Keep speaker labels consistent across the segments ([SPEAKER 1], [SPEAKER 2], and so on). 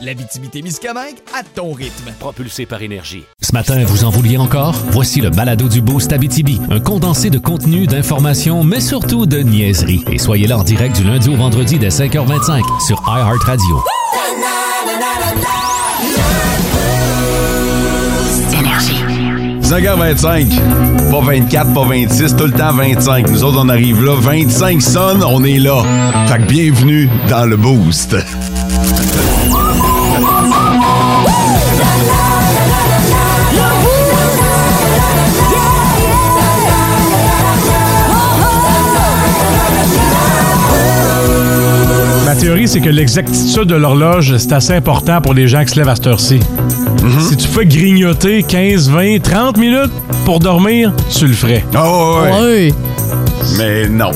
[SPEAKER 1] L'Abitibi-Témiscamingue à ton rythme.
[SPEAKER 2] propulsé par énergie.
[SPEAKER 3] Ce matin, vous en vouliez encore? Voici le balado du Boost Abitibi, un condensé de contenu, d'informations, mais surtout de niaiseries. Et soyez là en direct du lundi au vendredi dès 5h25 sur iHeartRadio.
[SPEAKER 4] Énergie.
[SPEAKER 5] 5h25. Pas 24, pas 26, tout le temps 25. Nous autres, on arrive là. 25 sonne, on est là. Fait que bienvenue dans le Boost.
[SPEAKER 6] Ma théorie, c'est que l'exactitude de l'horloge, c'est assez important pour les gens qui se lèvent à cette heure-ci.
[SPEAKER 5] Mhm.
[SPEAKER 6] Si tu fais grignoter 15, 20, 30 minutes pour dormir, tu le ferais.
[SPEAKER 5] Ah ouais, ouais, ouais.
[SPEAKER 7] Ouais.
[SPEAKER 5] Mais non.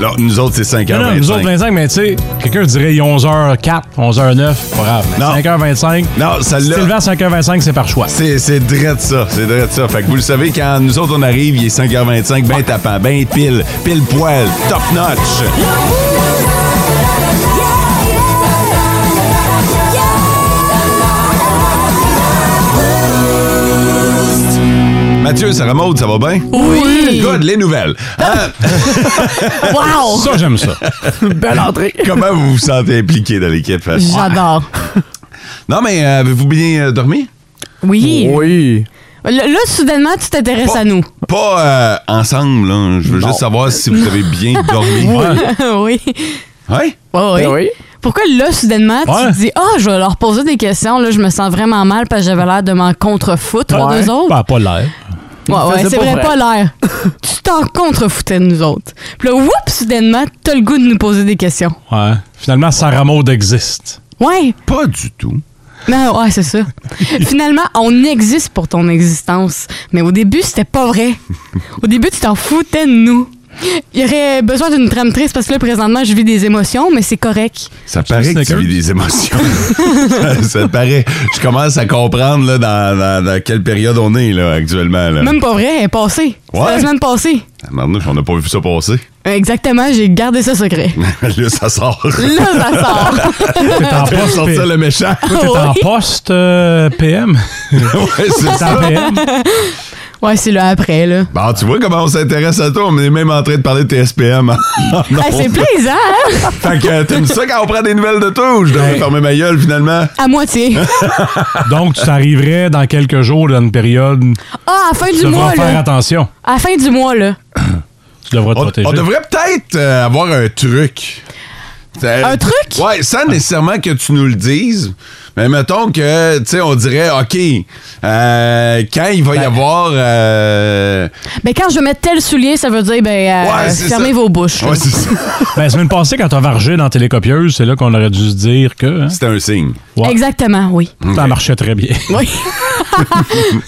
[SPEAKER 5] Là, nous autres, c'est 5h25.
[SPEAKER 6] Non, non, nous autres 25, mais tu sais, quelqu'un dirait il est 11h04, 11h09, pas grave. mais
[SPEAKER 5] Non.
[SPEAKER 6] 5h25.
[SPEAKER 5] Non,
[SPEAKER 6] Si t'es levé
[SPEAKER 5] celle-là,
[SPEAKER 6] à 5h25, c'est par choix.
[SPEAKER 5] c'est c'est drette ça. C'est drette ça. Fait que vous le savez, quand nous autres, on arrive, il est 5h25, ben tapant, ben pile, pile poil, top notch. Mathieu, Sarah Maud, ça va bien?
[SPEAKER 7] Oui.
[SPEAKER 5] Good, les nouvelles. Hein?
[SPEAKER 7] Wow.
[SPEAKER 6] Ça, j'aime ça.
[SPEAKER 7] Belle entrée.
[SPEAKER 5] Comment vous vous sentez impliqué dans l'équipe? hein?
[SPEAKER 7] J'adore.
[SPEAKER 5] Non, mais euh, avez-vous bien euh, dormi?
[SPEAKER 7] Oui.
[SPEAKER 8] Oui.
[SPEAKER 7] Là, là, soudainement, tu t'intéresses
[SPEAKER 5] Pas-
[SPEAKER 7] à nous.
[SPEAKER 5] Pas euh, ensemble, là. Je veux juste savoir si vous avez bien dormi. Ouais.
[SPEAKER 7] oui.
[SPEAKER 5] Ouais?
[SPEAKER 7] Ouais, ouais.
[SPEAKER 8] Ben oui.
[SPEAKER 7] Pourquoi là, soudainement,
[SPEAKER 6] Ouais.
[SPEAKER 7] tu te dis Ah, je vais leur poser des questions. Là, je me sens vraiment mal parce que j'avais l'air de m'en contre-foutre
[SPEAKER 8] Ouais. Bah,
[SPEAKER 7] d'eux autres.
[SPEAKER 6] Ben, pas l'air.
[SPEAKER 7] ouais, ouais,
[SPEAKER 8] faisait
[SPEAKER 7] c'est
[SPEAKER 8] pas
[SPEAKER 7] vrai,
[SPEAKER 8] vrai.
[SPEAKER 7] pas l'air. tu t'en contre-foutais de nous autres. Puis là, oups, soudainement, t'as le goût de nous poser des questions.
[SPEAKER 6] Ouais. Finalement, Sarah Maud existe.
[SPEAKER 7] Ouais,
[SPEAKER 5] Pas du tout.
[SPEAKER 7] non, ouais, c'est ça. Finalement, on existe pour ton existence. Mais au début, c'était pas vrai. Au début, tu t'en foutais de nous. Il y aurait besoin d'une trame triste parce que là, présentement, je vis des émotions, mais c'est correct.
[SPEAKER 5] Ça paraît que tu
[SPEAKER 6] Snickers.
[SPEAKER 5] vis des émotions. ça, ça paraît. Je commence à comprendre là, dans, dans- dans quelle période on est là, actuellement. Là.
[SPEAKER 7] Même pas vrai, elle est passée. C'est
[SPEAKER 5] Ouais.
[SPEAKER 7] la semaine passée.
[SPEAKER 5] Ah, Marnouche, on n'a pas vu ça passer.
[SPEAKER 7] Exactement, j'ai gardé ça secret.
[SPEAKER 5] là, ça sort.
[SPEAKER 7] Là, ça sort.
[SPEAKER 6] T'es en
[SPEAKER 5] Fais
[SPEAKER 6] poste,
[SPEAKER 5] sortir
[SPEAKER 6] P-
[SPEAKER 5] le méchant.
[SPEAKER 6] t'es en poste euh, PM.
[SPEAKER 5] ouais, c'est
[SPEAKER 6] T'es en
[SPEAKER 5] ça.
[SPEAKER 6] PM.
[SPEAKER 7] Ouais, c'est là après, là.
[SPEAKER 5] Bon, tu vois comment on s'intéresse à toi. On est même en train de parler de TSPM. Non.
[SPEAKER 7] Ah, c'est plaisant, hein?
[SPEAKER 5] Fait que euh, t'aimes ça quand on prend des nouvelles de toi ou je devrais
[SPEAKER 6] Ouais.
[SPEAKER 5] fermer ma gueule finalement?
[SPEAKER 7] À moitié.
[SPEAKER 6] Donc, tu t'arriverais dans quelques jours, dans une période,
[SPEAKER 7] Ah, à la fin
[SPEAKER 6] tu
[SPEAKER 7] du
[SPEAKER 6] devras
[SPEAKER 7] mois,
[SPEAKER 6] faire
[SPEAKER 7] là.
[SPEAKER 6] attention.
[SPEAKER 7] À la fin du mois, là.
[SPEAKER 6] Tu devras te
[SPEAKER 5] On,
[SPEAKER 6] protéger.
[SPEAKER 5] on devrait peut-être euh, avoir un truc. Euh,
[SPEAKER 7] Un truc?
[SPEAKER 5] Ouais, sans nécessairement que tu nous le dises. Mais mettons que, tu sais, on dirait, OK, euh, quand il va y avoir. euh,
[SPEAKER 7] Ben, quand je mets tel soulier, ça veut dire, ben, euh,
[SPEAKER 5] Ouais, c'est
[SPEAKER 7] fermez
[SPEAKER 5] ça.
[SPEAKER 7] vos bouches. là.
[SPEAKER 5] Ouais, c'est ça.
[SPEAKER 6] Ben, la semaine passée, quand t'as vargé dans Télécopieuse, c'est là qu'on aurait dû se dire que hein,
[SPEAKER 5] C'était un signe.
[SPEAKER 6] ouais.
[SPEAKER 7] Exactement, oui.
[SPEAKER 6] ça marchait très bien.
[SPEAKER 7] Oui.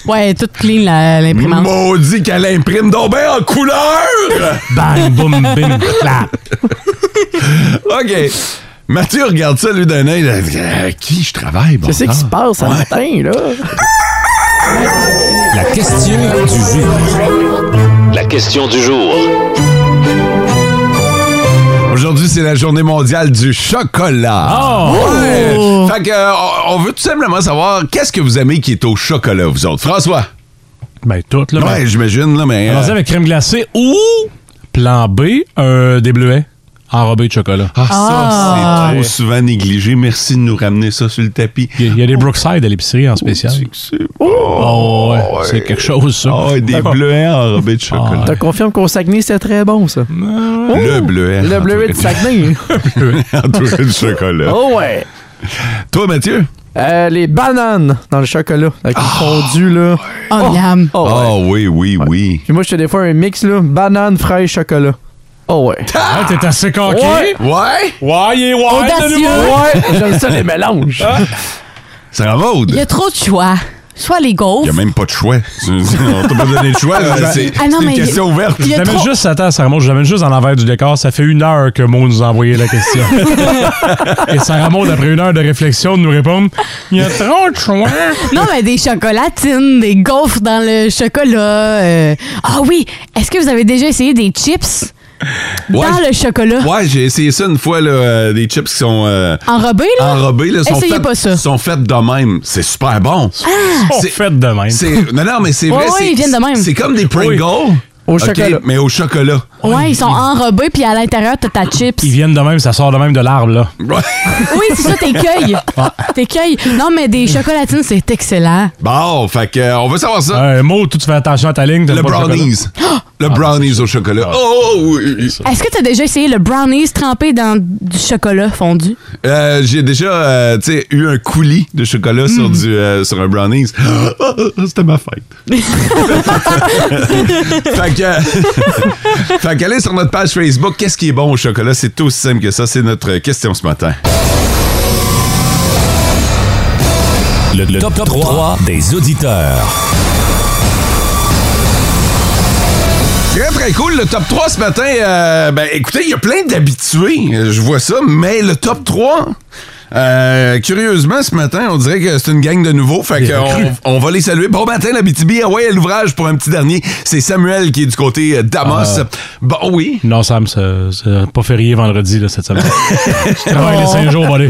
[SPEAKER 7] ouais, toute clean, la- l'imprimante.
[SPEAKER 5] Maudit qu'elle imprime donc bien en couleur!
[SPEAKER 6] Bang, boum, bing, clap.
[SPEAKER 5] OK. Mathieu regarde ça, lui, d'un œil. là, À qui je travaille, bon
[SPEAKER 8] Qu'est-ce qui se
[SPEAKER 5] sang?
[SPEAKER 8] passe ce matin, là?
[SPEAKER 3] La question du jour.
[SPEAKER 2] La question du jour.
[SPEAKER 5] Aujourd'hui, c'est la journée mondiale du chocolat.
[SPEAKER 6] Oh!
[SPEAKER 5] Ouais. Fait que, euh, on- on veut tout simplement savoir qu'est-ce que vous aimez qui est au chocolat, vous autres. François?
[SPEAKER 6] Ben, tout, là.
[SPEAKER 5] Ouais,
[SPEAKER 6] ben,
[SPEAKER 5] j'imagine, là, mais.
[SPEAKER 6] Commencer
[SPEAKER 5] euh,
[SPEAKER 6] avec crème glacée ou plan B, euh, des bleuets enrobés de chocolat.
[SPEAKER 5] Ah, ça,
[SPEAKER 7] Ah.
[SPEAKER 5] c'est trop souvent négligé. Merci de nous ramener ça sur le tapis.
[SPEAKER 6] Il y, a- il y a des Brookside à l'épicerie en spécial.
[SPEAKER 5] C'est que c'est- Oh,
[SPEAKER 6] Oh, ouais,
[SPEAKER 5] ouais.
[SPEAKER 6] c'est quelque chose, ça.
[SPEAKER 5] Ah, ouais, des
[SPEAKER 6] D'accord. Ah,
[SPEAKER 5] bleuets enrobés de chocolat.
[SPEAKER 8] Te confirme qu'au Saguenay, c'était très bon, ça.
[SPEAKER 5] Le bleuet.
[SPEAKER 8] Le bleuet
[SPEAKER 5] entouré-
[SPEAKER 8] de Saguenay.
[SPEAKER 5] entouré de chocolat.
[SPEAKER 8] oh ouais.
[SPEAKER 5] Toi, Mathieu?
[SPEAKER 8] Euh, les bananes dans le chocolat, avec le fondu, là.
[SPEAKER 7] Oh, miam.
[SPEAKER 8] Oh, ouais.
[SPEAKER 5] Ah oui, oui, oui.
[SPEAKER 8] Puis moi, je fais des fois un mix, là. Banane, fraise, chocolat. Oh ouais.
[SPEAKER 6] Ah, t'es assez coquille.
[SPEAKER 8] Ouais.
[SPEAKER 5] Ouais?
[SPEAKER 6] Ouais, il est wild,
[SPEAKER 7] Audacieux.
[SPEAKER 6] le nouveau.
[SPEAKER 8] Ouais, j'aime ça, les mélanges.
[SPEAKER 5] Ça
[SPEAKER 7] Il y
[SPEAKER 5] mode.
[SPEAKER 7] a trop de choix. soit les gaufres.
[SPEAKER 5] Il n'y a même pas de choix. Tu- On t'a pas donné de choix. là. C'est
[SPEAKER 7] Ah non,
[SPEAKER 5] c'est une
[SPEAKER 7] mais il y a-
[SPEAKER 5] question ouverte.
[SPEAKER 7] il y a
[SPEAKER 6] J'amène
[SPEAKER 7] trop-
[SPEAKER 6] juste, attends, ça remonte, je l'amène juste dans l'envers du décor. Ça fait une heure que Mo nous a envoyé la question. Et ça remonte après une heure de réflexion de nous répondre Il y a trop de choix.
[SPEAKER 7] Non, mais des chocolatines, des gaufres dans le chocolat. euh. Ah oui, est-ce que vous avez déjà essayé des chips
[SPEAKER 5] Ouais,
[SPEAKER 7] dans
[SPEAKER 5] j-
[SPEAKER 7] le chocolat
[SPEAKER 5] Ouais, j'ai essayé ça une fois, là, euh, des chips qui sont euh,
[SPEAKER 7] enrobé, là?
[SPEAKER 5] enrobés. Là, sont
[SPEAKER 7] Essayez
[SPEAKER 5] faites-
[SPEAKER 7] pas ça. Ah!
[SPEAKER 5] sont faites de même. C'est super bon.
[SPEAKER 6] On
[SPEAKER 5] C'est-
[SPEAKER 6] fait de même.
[SPEAKER 5] C'est- Non, non, mais c'est vrai.
[SPEAKER 7] Ouais, ouais,
[SPEAKER 5] c'est-
[SPEAKER 7] ils viennent de même.
[SPEAKER 5] C'est comme des Pringles.
[SPEAKER 8] Au
[SPEAKER 5] OK,
[SPEAKER 8] chocolat.
[SPEAKER 5] Mais au chocolat.
[SPEAKER 7] Ouais, ils sont enrobés, puis à l'intérieur, t'as ta chips.
[SPEAKER 6] Ils viennent de même, ça sort de même de l'arbre, là.
[SPEAKER 5] Ouais.
[SPEAKER 7] Oui, c'est ça, tes cueilles. Tes cueilles. Non, mais des chocolatines, c'est excellent.
[SPEAKER 5] Bon, fait que, euh, on veut savoir ça.
[SPEAKER 6] Euh, Mo, toi, tu fais attention à ta ligne. t'aimes
[SPEAKER 5] Le
[SPEAKER 6] pas chocolat.
[SPEAKER 5] brownies. Le brownies au chocolat. Oh, oui.
[SPEAKER 7] Est-ce que t'as déjà essayé le brownies trempé dans du chocolat fondu?
[SPEAKER 5] Euh, J'ai déjà euh, tu sais, eu un coulis de chocolat sur, du, euh, sur un brownies. Ah, C'était ma fête. fait que. euh, fait qu'allez sur notre page Facebook. Qu'est-ce qui est bon au chocolat? C'est aussi simple que ça. C'est notre question ce matin.
[SPEAKER 3] Le, le top, top 3 des auditeurs.
[SPEAKER 5] Très, très cool. Le top 3 ce matin, euh, ben, écoutez, il y a plein d'habitués. euh, Je vois ça, mais le top 3, euh, curieusement, ce matin, on dirait que c'est une gang de nouveaux. Fait que on, on va les saluer. Bon matin, la BTB. Ah ouais, à l'ouvrage pour un petit dernier. C'est Samuel qui est du côté euh, d'Amos. Bon, oui.
[SPEAKER 6] Non, Sam, c'est c'est pas férié vendredi, là, cette semaine. Je travaille les cinq jours, bon, allez.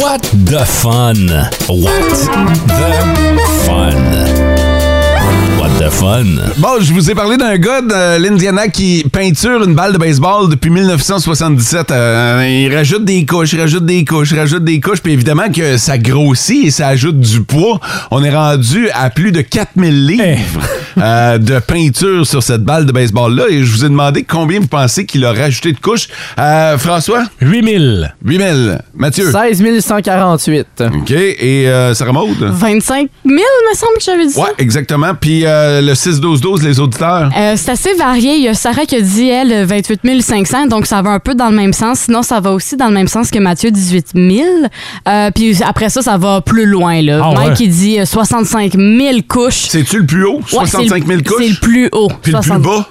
[SPEAKER 3] What the fun? What the fun? What the fun?
[SPEAKER 5] Bon, je vous ai parlé d'un gars de l'Indiana qui peinture une balle de baseball depuis 1977. Euh, il rajoute des couches, il rajoute des couches, il rajoute des couches, puis évidemment que ça grossit et ça ajoute du poids. On est rendu à plus de 4000 livres euh, de peinture sur cette balle de baseball-là. Et je vous ai demandé combien vous pensez qu'il a rajouté de couches. Euh, François,
[SPEAKER 6] 8000.
[SPEAKER 5] 8000. Mathieu.
[SPEAKER 8] 16 148.
[SPEAKER 5] OK. Et euh, Sarah Maud.
[SPEAKER 7] 25 000, me semble que j'avais dit
[SPEAKER 5] Ouais,
[SPEAKER 7] ça.
[SPEAKER 5] exactement. Puis euh, le 6-12-12, les auditeurs.
[SPEAKER 7] Euh, c'est assez varié. Il y a Sarah qui a dit, elle, 28 500, donc ça va un peu dans le même sens. Sinon, ça va aussi dans le même sens que Mathieu, 18 000. Euh, puis après ça, ça va plus loin. Là.
[SPEAKER 6] Ah,
[SPEAKER 7] Mike,
[SPEAKER 6] ouais.
[SPEAKER 7] il dit euh, 65 000 couches.
[SPEAKER 5] C'est-tu le plus haut?
[SPEAKER 7] Ouais, c'est le-
[SPEAKER 5] 65 000 couches?
[SPEAKER 7] C'est le plus haut.
[SPEAKER 5] Puis le plus
[SPEAKER 7] 60.
[SPEAKER 5] bas?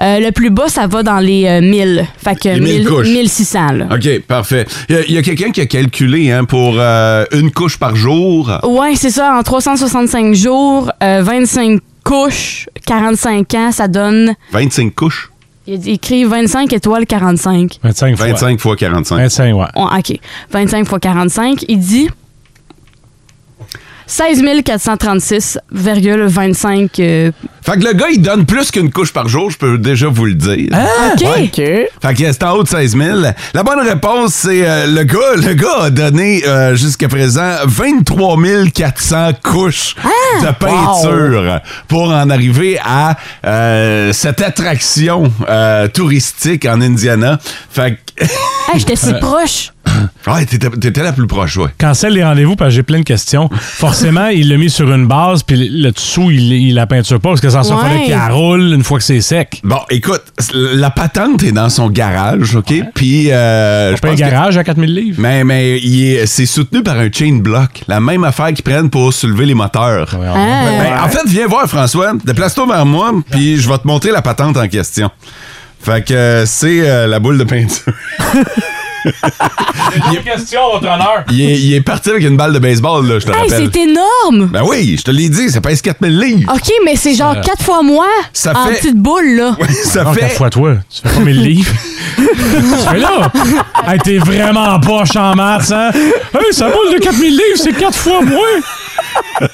[SPEAKER 7] Euh, le plus bas, ça va dans les euh, 1000. Fait que
[SPEAKER 5] Les 1000
[SPEAKER 7] 1000
[SPEAKER 5] couches.
[SPEAKER 7] 1600. Là.
[SPEAKER 5] OK, parfait. Il y a- il y a, quelqu'un qui a calculé hein, pour euh, une couche par jour.
[SPEAKER 7] Ouais, c'est ça. En 365 jours, euh, 25 couches, 45 ans, ça donne.
[SPEAKER 5] 25 couches.
[SPEAKER 7] Il a écrit 25 étoiles 45.
[SPEAKER 6] 25 fois.
[SPEAKER 5] 25 fois 45.
[SPEAKER 6] 25, ouais.
[SPEAKER 7] Oh, OK. 25 fois 45, il dit 16 436,25. euh,
[SPEAKER 5] Fait que le gars, il donne plus qu'une couche par jour, je peux déjà vous le dire.
[SPEAKER 7] OK.
[SPEAKER 8] OK.
[SPEAKER 5] Fait que c'est en haut de 16 000. La bonne réponse, c'est euh, le gars. Le gars a donné euh, jusqu'à présent 23 400 couches de peinture pour en arriver à euh, cette attraction euh, touristique en Indiana. Fait que...
[SPEAKER 7] Hey, J'étais si proche.
[SPEAKER 5] Ouais, Ah, t'étais t'étais la plus proche, ouais.
[SPEAKER 6] Cancelle les rendez-vous parce que j'ai plein de questions. Forcément, il l'a mis sur une base, puis le dessous, il, il la peinture pas parce que ça s'en
[SPEAKER 7] Ouais.
[SPEAKER 6] fallait qu'il la roule une fois que c'est sec.
[SPEAKER 5] Bon, écoute, la patente est dans son garage, OK? Puis, euh, je
[SPEAKER 6] Pas un
[SPEAKER 5] pense que-
[SPEAKER 6] garage à 4000 livres.
[SPEAKER 5] Mais, mais il est- c'est soutenu par un chain block. La même affaire qu'ils prennent pour soulever les moteurs.
[SPEAKER 7] Hein?
[SPEAKER 5] Ben, en fait, viens voir, François. Déplace-toi vers moi, puis je vais te montrer la patente en question. Fait que euh, c'est euh, la boule de peinture.
[SPEAKER 6] Une question, votre honneur.
[SPEAKER 5] Il est, il est parti avec une balle de baseball, là, je te
[SPEAKER 7] Hey,
[SPEAKER 5] rappelle.
[SPEAKER 7] c'est énorme!
[SPEAKER 5] Ben oui, je te l'ai dit, ça pèse 4000 livres.
[SPEAKER 7] OK, mais c'est genre
[SPEAKER 6] Ça-
[SPEAKER 7] quatre fois moins
[SPEAKER 5] Ça
[SPEAKER 7] en
[SPEAKER 5] fait-
[SPEAKER 7] petite boule, là.
[SPEAKER 5] Ça
[SPEAKER 6] Non, quatre
[SPEAKER 5] fait.
[SPEAKER 6] fois toi. Tu fais combien de livres? tu fais là. Hey, t'es vraiment poche en maths, hein? Hey, ça boule de 4000 livres, c'est quatre fois moins.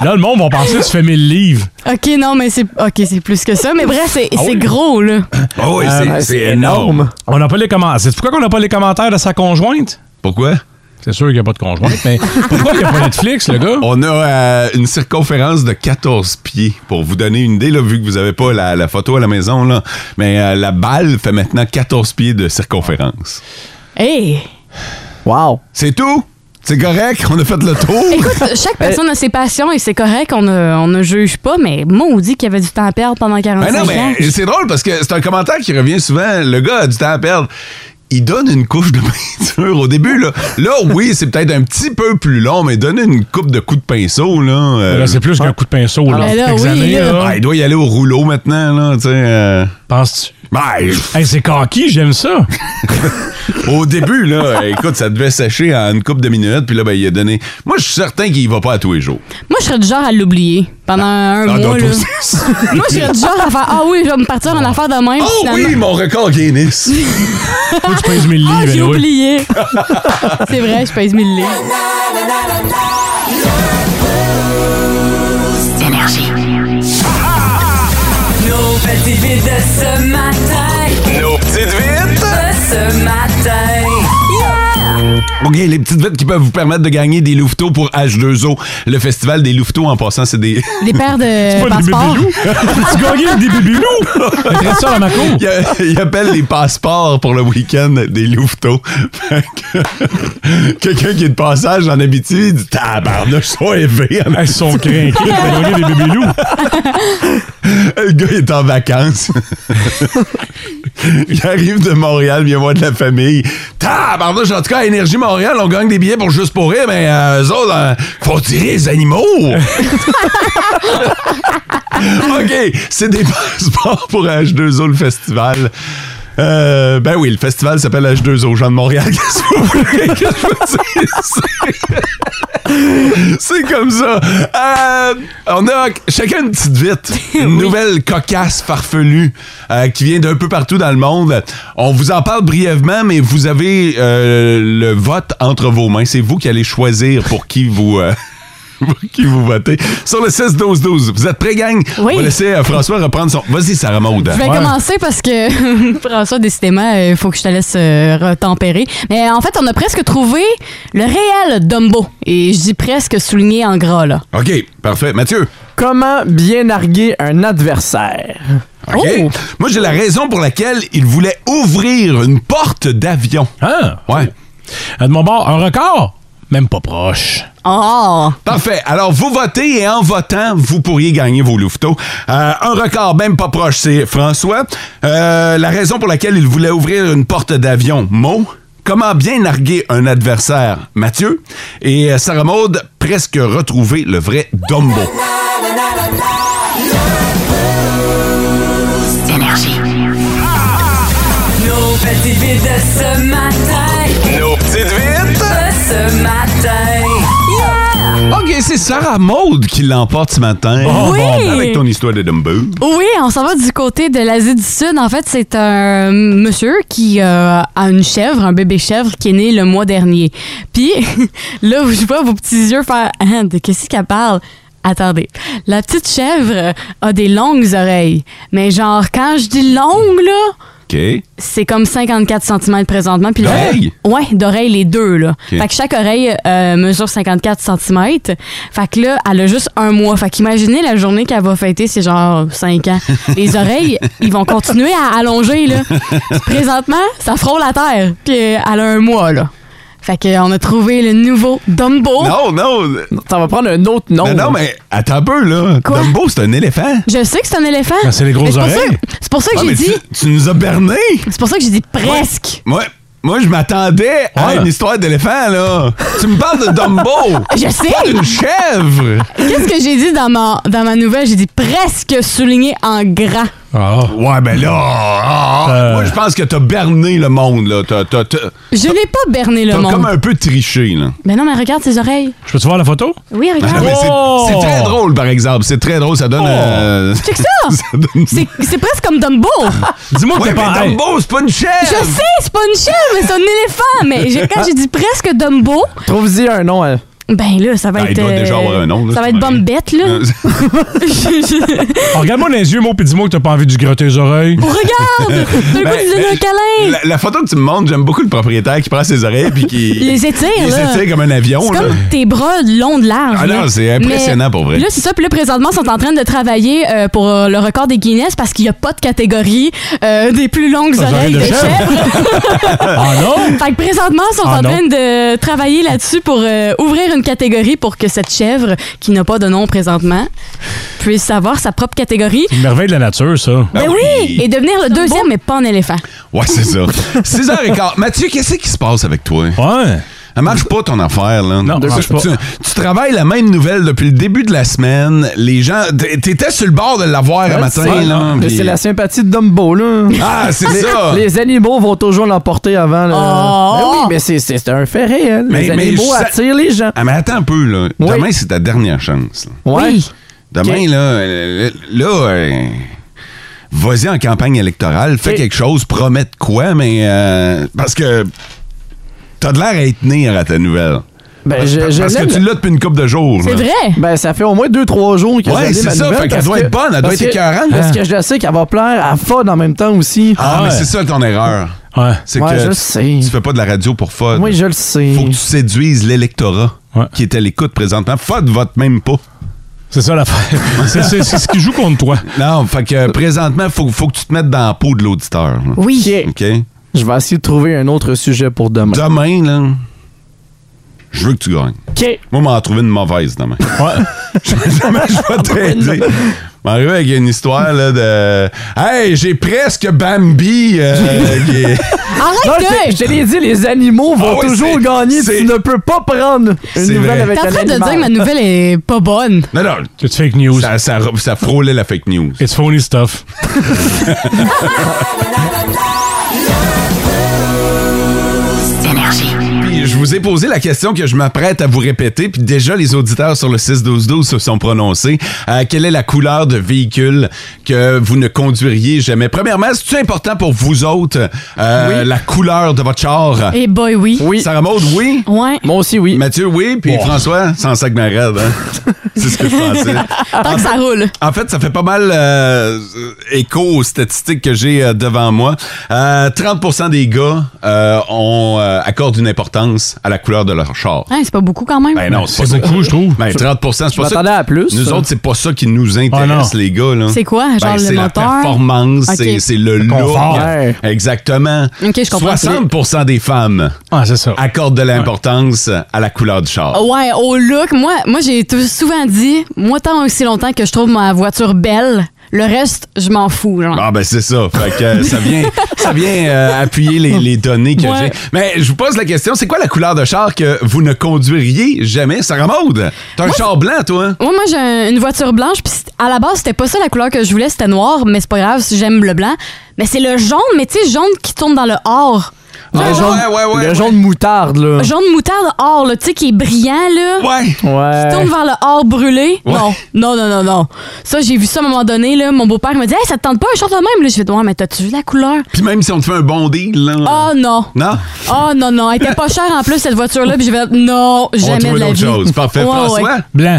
[SPEAKER 6] Là, le monde va penser que tu fais 1000 livres.
[SPEAKER 7] OK, non, mais c'est OK, c'est plus que ça. Mais bref, c'est
[SPEAKER 5] Ah
[SPEAKER 7] c'est
[SPEAKER 6] oui?
[SPEAKER 7] gros, là.
[SPEAKER 5] Oh, oui, c'est-
[SPEAKER 8] Ah,
[SPEAKER 5] c'est énorme.
[SPEAKER 6] On n'a pas les commentaires. C'est pourquoi qu'on n'a pas les commentaires de sa conjointe?
[SPEAKER 5] Pourquoi?
[SPEAKER 6] C'est sûr qu'il n'y a pas de conjointe, mais pourquoi il n'y a pas Netflix, le gars?
[SPEAKER 5] On a euh, une circonférence de 14 pieds. Pour vous donner une idée, là, vu que vous n'avez pas la, la photo à la maison, là, mais euh, la balle fait maintenant 14 pieds de circonférence.
[SPEAKER 7] Hey!
[SPEAKER 8] Wow.
[SPEAKER 5] C'est tout? C'est correct? On a fait le tour?
[SPEAKER 7] Écoute, chaque personne a ses passions et c'est correct, on ne, on ne juge pas, mais maudit qu'il y avait du temps à perdre pendant 45
[SPEAKER 5] Ben non,
[SPEAKER 7] ans.
[SPEAKER 5] mais c'est drôle parce que c'est un commentaire qui revient souvent. Le gars a du temps à perdre. Il donne une couche de peinture au début. Là, là oui, c'est peut-être un petit peu plus long, mais donner une coupe de coups de pinceau, là. euh,
[SPEAKER 6] Là, Ben, c'est plus qu'un coup de pinceau, là.
[SPEAKER 7] Ben là,
[SPEAKER 6] Quelques
[SPEAKER 7] oui,
[SPEAKER 6] années,
[SPEAKER 7] là.
[SPEAKER 6] là.
[SPEAKER 5] ah, il doit y aller au rouleau maintenant, là, tu sais. euh,
[SPEAKER 6] Penses-tu?
[SPEAKER 5] ben,
[SPEAKER 6] Hey, c'est coquille, j'aime ça.
[SPEAKER 5] Au début, là, euh, écoute, ça devait sécher en une couple de minutes, puis là, ben, il a donné. Moi, je suis certain qu'il y va pas à tous les jours.
[SPEAKER 7] Moi, je serais du genre à l'oublier pendant un
[SPEAKER 5] Ah,
[SPEAKER 7] mois,
[SPEAKER 5] donc,
[SPEAKER 7] là.
[SPEAKER 5] aussi.
[SPEAKER 7] Moi, je serais du genre à faire Ah oui, je vais me partir en affaire de même.
[SPEAKER 5] oh
[SPEAKER 7] finalement.
[SPEAKER 5] oui, mon record Guinness!
[SPEAKER 6] Toi, tu pèses 1000
[SPEAKER 7] Ah,
[SPEAKER 6] livres,
[SPEAKER 7] j'ai
[SPEAKER 6] anyway.
[SPEAKER 7] oublié. c'est vrai, je pèse 1000 livres.
[SPEAKER 9] Nos petites vites de ce matin.
[SPEAKER 5] Nos petites vites!
[SPEAKER 9] De ce matin. Yeah!
[SPEAKER 5] OK, les petites vites qui peuvent vous permettre de gagner des louveteaux pour H2O. Le festival des louveteaux, en passant, c'est des.
[SPEAKER 7] Des paires de
[SPEAKER 6] Pas des
[SPEAKER 7] passeports.
[SPEAKER 6] bébés-loups. tu gagnais des bébés-loups. Mettrais ça dans ma cour.
[SPEAKER 5] Ils il appellent les passeports pour le week-end des louveteaux. Fait que- Quelqu'un qui est de passage en Abitibi il dit Tabarnouche, sont élevés en
[SPEAKER 6] Elles sont crinquées. T'as gagné des bébés-loups.
[SPEAKER 5] Le gars il est en vacances. il arrive de Montréal, vient voir de la famille. Tabarnouche, en tout cas, à Énergie Montréal, on gagne des billets pour juste pour rire, mais euh, eux autres, euh, faut tirer les animaux. OK, c'est des passeports pour H2O, le festival. Euh, ben oui, le festival s'appelle H2O, gens de Montréal. Qu'est-ce que vous voulez que je vous dise? C'est comme ça. Euh, on a chacun une petite vite, une nouvelle cocasse farfelue euh, qui vient d'un peu partout dans le monde. On vous en parle brièvement, mais vous avez euh, le vote entre vos mains. C'est vous qui allez choisir pour qui vous. euh, pour qui vous votez. Sur le 16-12-12, vous êtes prêts, gang?
[SPEAKER 7] Oui.
[SPEAKER 5] On va laisser euh, François reprendre son... Vas-y, Sarah Maud.
[SPEAKER 7] Je vais
[SPEAKER 6] Ouais.
[SPEAKER 7] commencer parce que François, décidément, il faut que je te laisse euh, retempérer. Mais en fait, on a presque trouvé le réel Dumbo. Et je dis presque souligné en gras, là.
[SPEAKER 5] OK, parfait. Mathieu?
[SPEAKER 8] Comment bien narguer un adversaire?
[SPEAKER 5] OK.
[SPEAKER 7] Oh.
[SPEAKER 5] Moi, j'ai la raison pour laquelle il voulait ouvrir une porte d'avion.
[SPEAKER 6] Ah!
[SPEAKER 5] Ouais.
[SPEAKER 6] Euh, De mon bord, un record? Même pas proche.
[SPEAKER 7] Oh!
[SPEAKER 5] Parfait. Alors, vous votez et en votant, vous pourriez gagner vos louveteaux. Euh, un record même pas proche, c'est François. Euh, la raison pour laquelle il voulait ouvrir une porte d'avion, Mo. Comment bien narguer un adversaire, Mathieu. Et euh, Sarah Maud, presque retrouver le vrai Dumbo.
[SPEAKER 9] Nos petites vites de ce matin.
[SPEAKER 5] Nos petites vites!
[SPEAKER 9] De ce matin. Yeah!
[SPEAKER 5] OK, c'est Sarah Maud qui l'emporte ce matin.
[SPEAKER 7] Oui!
[SPEAKER 5] ben Avec ton histoire de Dumbo.
[SPEAKER 7] Oui, on s'en va du côté de l'Asie du Sud. En fait, c'est un monsieur qui euh, a une chèvre, un bébé chèvre qui est né le mois dernier. Puis là, je vois vos petits yeux faire Hein, de qu'est-ce qu'elle parle. Attendez, la petite chèvre a des longues oreilles. Mais genre, quand je dis longues, là,
[SPEAKER 5] OK.
[SPEAKER 7] c'est comme 54 cm présentement. Puis là-
[SPEAKER 5] D'oreille?
[SPEAKER 7] Ouais, d'oreille les deux, là.
[SPEAKER 5] OK.
[SPEAKER 7] Fait que chaque oreille euh, mesure 54 cm. Fait que là, elle a juste un mois. Fait qu'imaginez la journée qu'elle va fêter, c'est genre 5 ans. Les oreilles, ils vont continuer à allonger, là. Présentement, ça frôle la terre. Puis euh, elle a un mois, là. Fait qu'on a trouvé le nouveau Dumbo.
[SPEAKER 5] Non, non.
[SPEAKER 8] Ça va prendre un autre nom.
[SPEAKER 5] Non, non, mais attends un peu, là.
[SPEAKER 7] Oh. Quoi?
[SPEAKER 5] Dumbo, c'est un éléphant.
[SPEAKER 7] Je sais que c'est un éléphant.
[SPEAKER 6] Ben, c'est les grosses
[SPEAKER 7] Mais pour
[SPEAKER 6] oreilles.
[SPEAKER 7] ça- C'est pour ça que
[SPEAKER 5] Ah,
[SPEAKER 7] j'ai
[SPEAKER 5] mais
[SPEAKER 7] dit...
[SPEAKER 5] tu, tu nous as bernés.
[SPEAKER 7] C'est pour ça que j'ai dit presque.
[SPEAKER 5] Moi, moi je m'attendais à
[SPEAKER 6] Ouais.
[SPEAKER 5] une histoire d'éléphant, là. Tu me parles de Dumbo.
[SPEAKER 7] Je sais.
[SPEAKER 5] Pas d'une chèvre.
[SPEAKER 7] Qu'est-ce que j'ai dit dans ma, dans ma nouvelle? J'ai dit presque souligné en gras.
[SPEAKER 6] Ah.
[SPEAKER 5] Ouais, ben là, ah, Ah,
[SPEAKER 7] Euh.
[SPEAKER 5] Moi, je pense que t'as berné le monde, là. T'as, t'as- t'as-
[SPEAKER 7] Je n'ai pas berné le
[SPEAKER 5] t'as
[SPEAKER 7] monde.
[SPEAKER 5] comme un peu triché, là.
[SPEAKER 7] Ben non, mais regarde ses oreilles.
[SPEAKER 5] Je peux-tu voir la photo?
[SPEAKER 7] Oui, regarde.
[SPEAKER 5] Ben c'est, c'est très
[SPEAKER 7] Oh.
[SPEAKER 5] drôle, par exemple. C'est très drôle. Ça donne. euh,
[SPEAKER 7] Check ça!
[SPEAKER 5] donne-
[SPEAKER 7] C'est c'est presque comme Dumbo!
[SPEAKER 5] Dis-moi
[SPEAKER 7] que t'es pas- hey.
[SPEAKER 5] Dumbo, c'est pas une chèvre!
[SPEAKER 7] Je sais, c'est pas une chèvre, mais c'est un éléphant! Mais j'ai- quand j'ai dit presque Dumbo,
[SPEAKER 8] Trouve-y un nom, hein. elle.
[SPEAKER 7] ben là, ça va
[SPEAKER 8] Ah, il
[SPEAKER 7] être.
[SPEAKER 8] doit déjà avoir un nom, là,
[SPEAKER 7] ça va être Bombette, là.
[SPEAKER 5] Euh,
[SPEAKER 6] Oh, Regarde-moi dans les yeux, mon, puis dis-moi que t'as pas envie de lui grotter les oreilles.
[SPEAKER 7] regarde! T'as le goût de
[SPEAKER 5] Ben,
[SPEAKER 7] lui donner un
[SPEAKER 5] ben,
[SPEAKER 7] câlin!
[SPEAKER 5] La, la photo que tu me montres, j'aime beaucoup le propriétaire qui prend ses oreilles puis qui.
[SPEAKER 7] Il les étire,
[SPEAKER 5] Il les
[SPEAKER 7] là.
[SPEAKER 5] étire comme un avion,
[SPEAKER 7] C'est
[SPEAKER 5] là.
[SPEAKER 7] comme tes bras longs de large.
[SPEAKER 5] Ah
[SPEAKER 7] là.
[SPEAKER 5] non, c'est impressionnant
[SPEAKER 7] Mais
[SPEAKER 5] pour vrai.
[SPEAKER 7] Là, c'est ça. Puis là, présentement, ils sont en train de travailler euh, pour euh, le record des Guinness parce qu'il n'y a pas de catégorie euh, des plus longues
[SPEAKER 6] Ah,
[SPEAKER 7] oreilles
[SPEAKER 6] j'aurais
[SPEAKER 7] de
[SPEAKER 6] de
[SPEAKER 7] chèvre.
[SPEAKER 6] Ah non?
[SPEAKER 7] Fait que présentement, ils sont
[SPEAKER 6] Ah
[SPEAKER 7] en
[SPEAKER 6] non.
[SPEAKER 7] train de travailler là-dessus pour euh, ouvrir une catégorie pour que cette chèvre, qui n'a pas de nom présentement, puisse avoir sa propre catégorie.
[SPEAKER 6] C'est une merveille de la nature, ça.
[SPEAKER 7] Ben oui! Et devenir le deuxième, mais pas en éléphant.
[SPEAKER 5] Ouais, c'est ça. 6h15. Mathieu, qu'est-ce qui se passe avec toi?
[SPEAKER 6] Ouais.
[SPEAKER 5] Ça marche pas ton affaire, là. Non,
[SPEAKER 6] ça marche pas.
[SPEAKER 5] Tu, tu travailles la même nouvelle depuis le début de la semaine. Les gens. t- T'étais sur le bord de l'avoir un
[SPEAKER 8] Ouais,
[SPEAKER 5] matin,
[SPEAKER 8] c'est-
[SPEAKER 5] là.
[SPEAKER 8] mais
[SPEAKER 5] puis-
[SPEAKER 8] C'est la sympathie de Dumbo, là.
[SPEAKER 5] Ah, c'est
[SPEAKER 8] Les-
[SPEAKER 5] ça.
[SPEAKER 8] Les animaux vont toujours l'emporter avant. Là.
[SPEAKER 5] Oh.
[SPEAKER 8] Ben oui, mais c'est- c'est c'est un fait réel. les
[SPEAKER 5] je
[SPEAKER 8] animaux
[SPEAKER 5] sais-
[SPEAKER 8] attirent les gens.
[SPEAKER 5] Ah, mais attends un peu, là. Demain, c'est ta dernière chance. là.
[SPEAKER 8] Oui.
[SPEAKER 5] Demain,
[SPEAKER 8] Ok.
[SPEAKER 5] là, euh, là, euh, vas-y en campagne électorale, fais quelque chose, promets de quoi, mais euh, parce que t'as de l'air à y tenir à ta nouvelle.
[SPEAKER 8] Ben,
[SPEAKER 5] parce,
[SPEAKER 8] je- je
[SPEAKER 5] parce que
[SPEAKER 8] l'aime.
[SPEAKER 5] tu l'as depuis une couple de jours. là.
[SPEAKER 8] Ben, ça fait au moins 2-3 jours que
[SPEAKER 5] Ouais,
[SPEAKER 8] je l'ai,
[SPEAKER 5] c'est
[SPEAKER 8] ma
[SPEAKER 5] ça,
[SPEAKER 8] nouvelle,
[SPEAKER 5] fait qu'elle
[SPEAKER 8] parce
[SPEAKER 5] doit
[SPEAKER 8] que-
[SPEAKER 5] être bonne, elle doit
[SPEAKER 8] parce
[SPEAKER 5] être
[SPEAKER 8] que-
[SPEAKER 5] écœurante. hein.
[SPEAKER 8] Parce que je sais qu'elle va plaire à FOD en même temps aussi.
[SPEAKER 5] Ah, mais c'est ça ton erreur. C'est
[SPEAKER 8] Ouais,
[SPEAKER 5] que
[SPEAKER 8] je
[SPEAKER 5] tu fais pas de la radio pour FOD.
[SPEAKER 8] Oui, je le sais.
[SPEAKER 5] Faut que tu séduises l'électorat qui est à l'écoute présentement. FOD vote même pas.
[SPEAKER 6] C'est ça l'affaire. C'est- c'est- c'est ce qui joue contre toi.
[SPEAKER 5] Non, fait que euh, présentement, faut, faut que tu te mettes dans la peau de l'auditeur. là.
[SPEAKER 7] Oui.
[SPEAKER 5] OK?
[SPEAKER 8] Je vais essayer de trouver un autre sujet pour demain.
[SPEAKER 5] Demain, là, je veux que tu gagnes.
[SPEAKER 8] OK.
[SPEAKER 5] Moi, m'en trouver une mauvaise demain. Ouais. je vais t'aider. M'arriver avec une histoire là, de. Hey, j'ai presque Bambi. euh, qui est-
[SPEAKER 7] Arrête
[SPEAKER 8] Non,
[SPEAKER 7] que-
[SPEAKER 8] je te- je te l'ai dit, les animaux vont
[SPEAKER 5] Ah ouais,
[SPEAKER 8] toujours
[SPEAKER 5] c'est-
[SPEAKER 8] gagner.
[SPEAKER 5] c'est-
[SPEAKER 8] Tu ne peux pas prendre une
[SPEAKER 5] C'est
[SPEAKER 8] nouvelle
[SPEAKER 5] vrai.
[SPEAKER 8] avec
[SPEAKER 7] T'es en
[SPEAKER 8] un
[SPEAKER 7] train de
[SPEAKER 8] animal.
[SPEAKER 7] dire que ma nouvelle est pas bonne.
[SPEAKER 5] Non, non.
[SPEAKER 6] It's fake news.
[SPEAKER 5] Ça, ça, ça frôlait la fake news.
[SPEAKER 6] It's phony stuff.
[SPEAKER 5] Puis je vous ai posé la question que je m'apprête à vous répéter, puis déjà les auditeurs sur le 6-12-12 se sont prononcés. Euh, quelle est la couleur de véhicule que vous ne conduiriez jamais? Premièrement, c'est-tu important pour vous autres euh, la couleur de votre char?
[SPEAKER 7] Eh boy, oui.
[SPEAKER 5] Sarah Maud, oui?
[SPEAKER 7] Ouais.
[SPEAKER 8] Moi aussi, oui.
[SPEAKER 5] Mathieu, oui? Puis François, sans sac marade, hein? C'est ce que je pensais.
[SPEAKER 7] Tant que ça roule.
[SPEAKER 5] En fait, ça fait pas mal euh, écho aux statistiques que j'ai euh, devant moi. Euh, 30 des gars euh, ont, euh, accordent une importance à la couleur de leur char.
[SPEAKER 7] Hein, c'est pas beaucoup quand même.
[SPEAKER 5] Ben non, c'est pas ça.
[SPEAKER 6] beaucoup, je trouve.
[SPEAKER 5] Ben 30 c'est
[SPEAKER 8] Je
[SPEAKER 5] pas ça.
[SPEAKER 8] m'attendais à plus.
[SPEAKER 5] Nous autres, c'est pas ça qui nous intéresse,
[SPEAKER 6] Ah non.
[SPEAKER 5] les gars. là.
[SPEAKER 7] C'est quoi, genre
[SPEAKER 5] Ben,
[SPEAKER 7] le
[SPEAKER 5] c'est la
[SPEAKER 7] moteur?
[SPEAKER 5] performance,
[SPEAKER 7] Ok.
[SPEAKER 5] c'est- c'est le look.
[SPEAKER 6] confort.
[SPEAKER 8] Ouais.
[SPEAKER 5] Exactement.
[SPEAKER 7] Ok, je comprends.
[SPEAKER 5] 60 des femmes
[SPEAKER 6] Ah, c'est ça.
[SPEAKER 5] accordent de l'importance à la couleur du char.
[SPEAKER 7] Ouais, au look, moi, moi j'ai tou- souvent dit, moi, tant aussi longtemps que je trouve ma voiture belle, le reste, je m'en fous. genre.
[SPEAKER 5] Ah ben c'est ça. Fait que euh, ça vient, ça vient euh, appuyer les, les données que
[SPEAKER 7] Ouais.
[SPEAKER 5] j'ai. Mais je vous pose la question, c'est quoi la couleur de char que vous ne conduiriez jamais, Sarah Maud? T'as un char blanc, toi? hein?
[SPEAKER 7] Moi, moi j'ai un- une voiture blanche, puis c'est- à la base, c'était pas ça la couleur que je voulais, c'était noir, mais c'est pas grave si j'aime le blanc. Mais c'est le jaune, mais tu sais, jaune qui tourne dans le or.
[SPEAKER 8] Le
[SPEAKER 5] Ah,
[SPEAKER 8] jaune,
[SPEAKER 5] ouais, ouais, ouais,
[SPEAKER 8] le
[SPEAKER 5] ouais.
[SPEAKER 8] jaune moutarde, là.
[SPEAKER 7] Jaune moutarde or, là, tu sais, qui est brillant, là.
[SPEAKER 5] Ouais.
[SPEAKER 8] Ouais.
[SPEAKER 7] Tourne vers le or brûlé.
[SPEAKER 5] Ouais.
[SPEAKER 7] Non, non, non, non, non. Ça, j'ai vu ça à un moment donné, là. Mon beau-père me dit, hey, ça te tente pas un short de même, là. Je fais, ouais, mais t'as-tu vu la couleur?
[SPEAKER 5] Puis même si on te fait un bon deal, là.
[SPEAKER 7] Oh non.
[SPEAKER 5] Non?
[SPEAKER 7] Oh non, non, elle était pas chère en plus, cette voiture-là. Puis je vais non,
[SPEAKER 5] On va
[SPEAKER 7] jamais de
[SPEAKER 5] trouver
[SPEAKER 7] la
[SPEAKER 5] d'autres
[SPEAKER 7] vie.
[SPEAKER 5] choses. Parfait.
[SPEAKER 7] Ouais,
[SPEAKER 5] François?
[SPEAKER 7] ouais.
[SPEAKER 6] Blanc.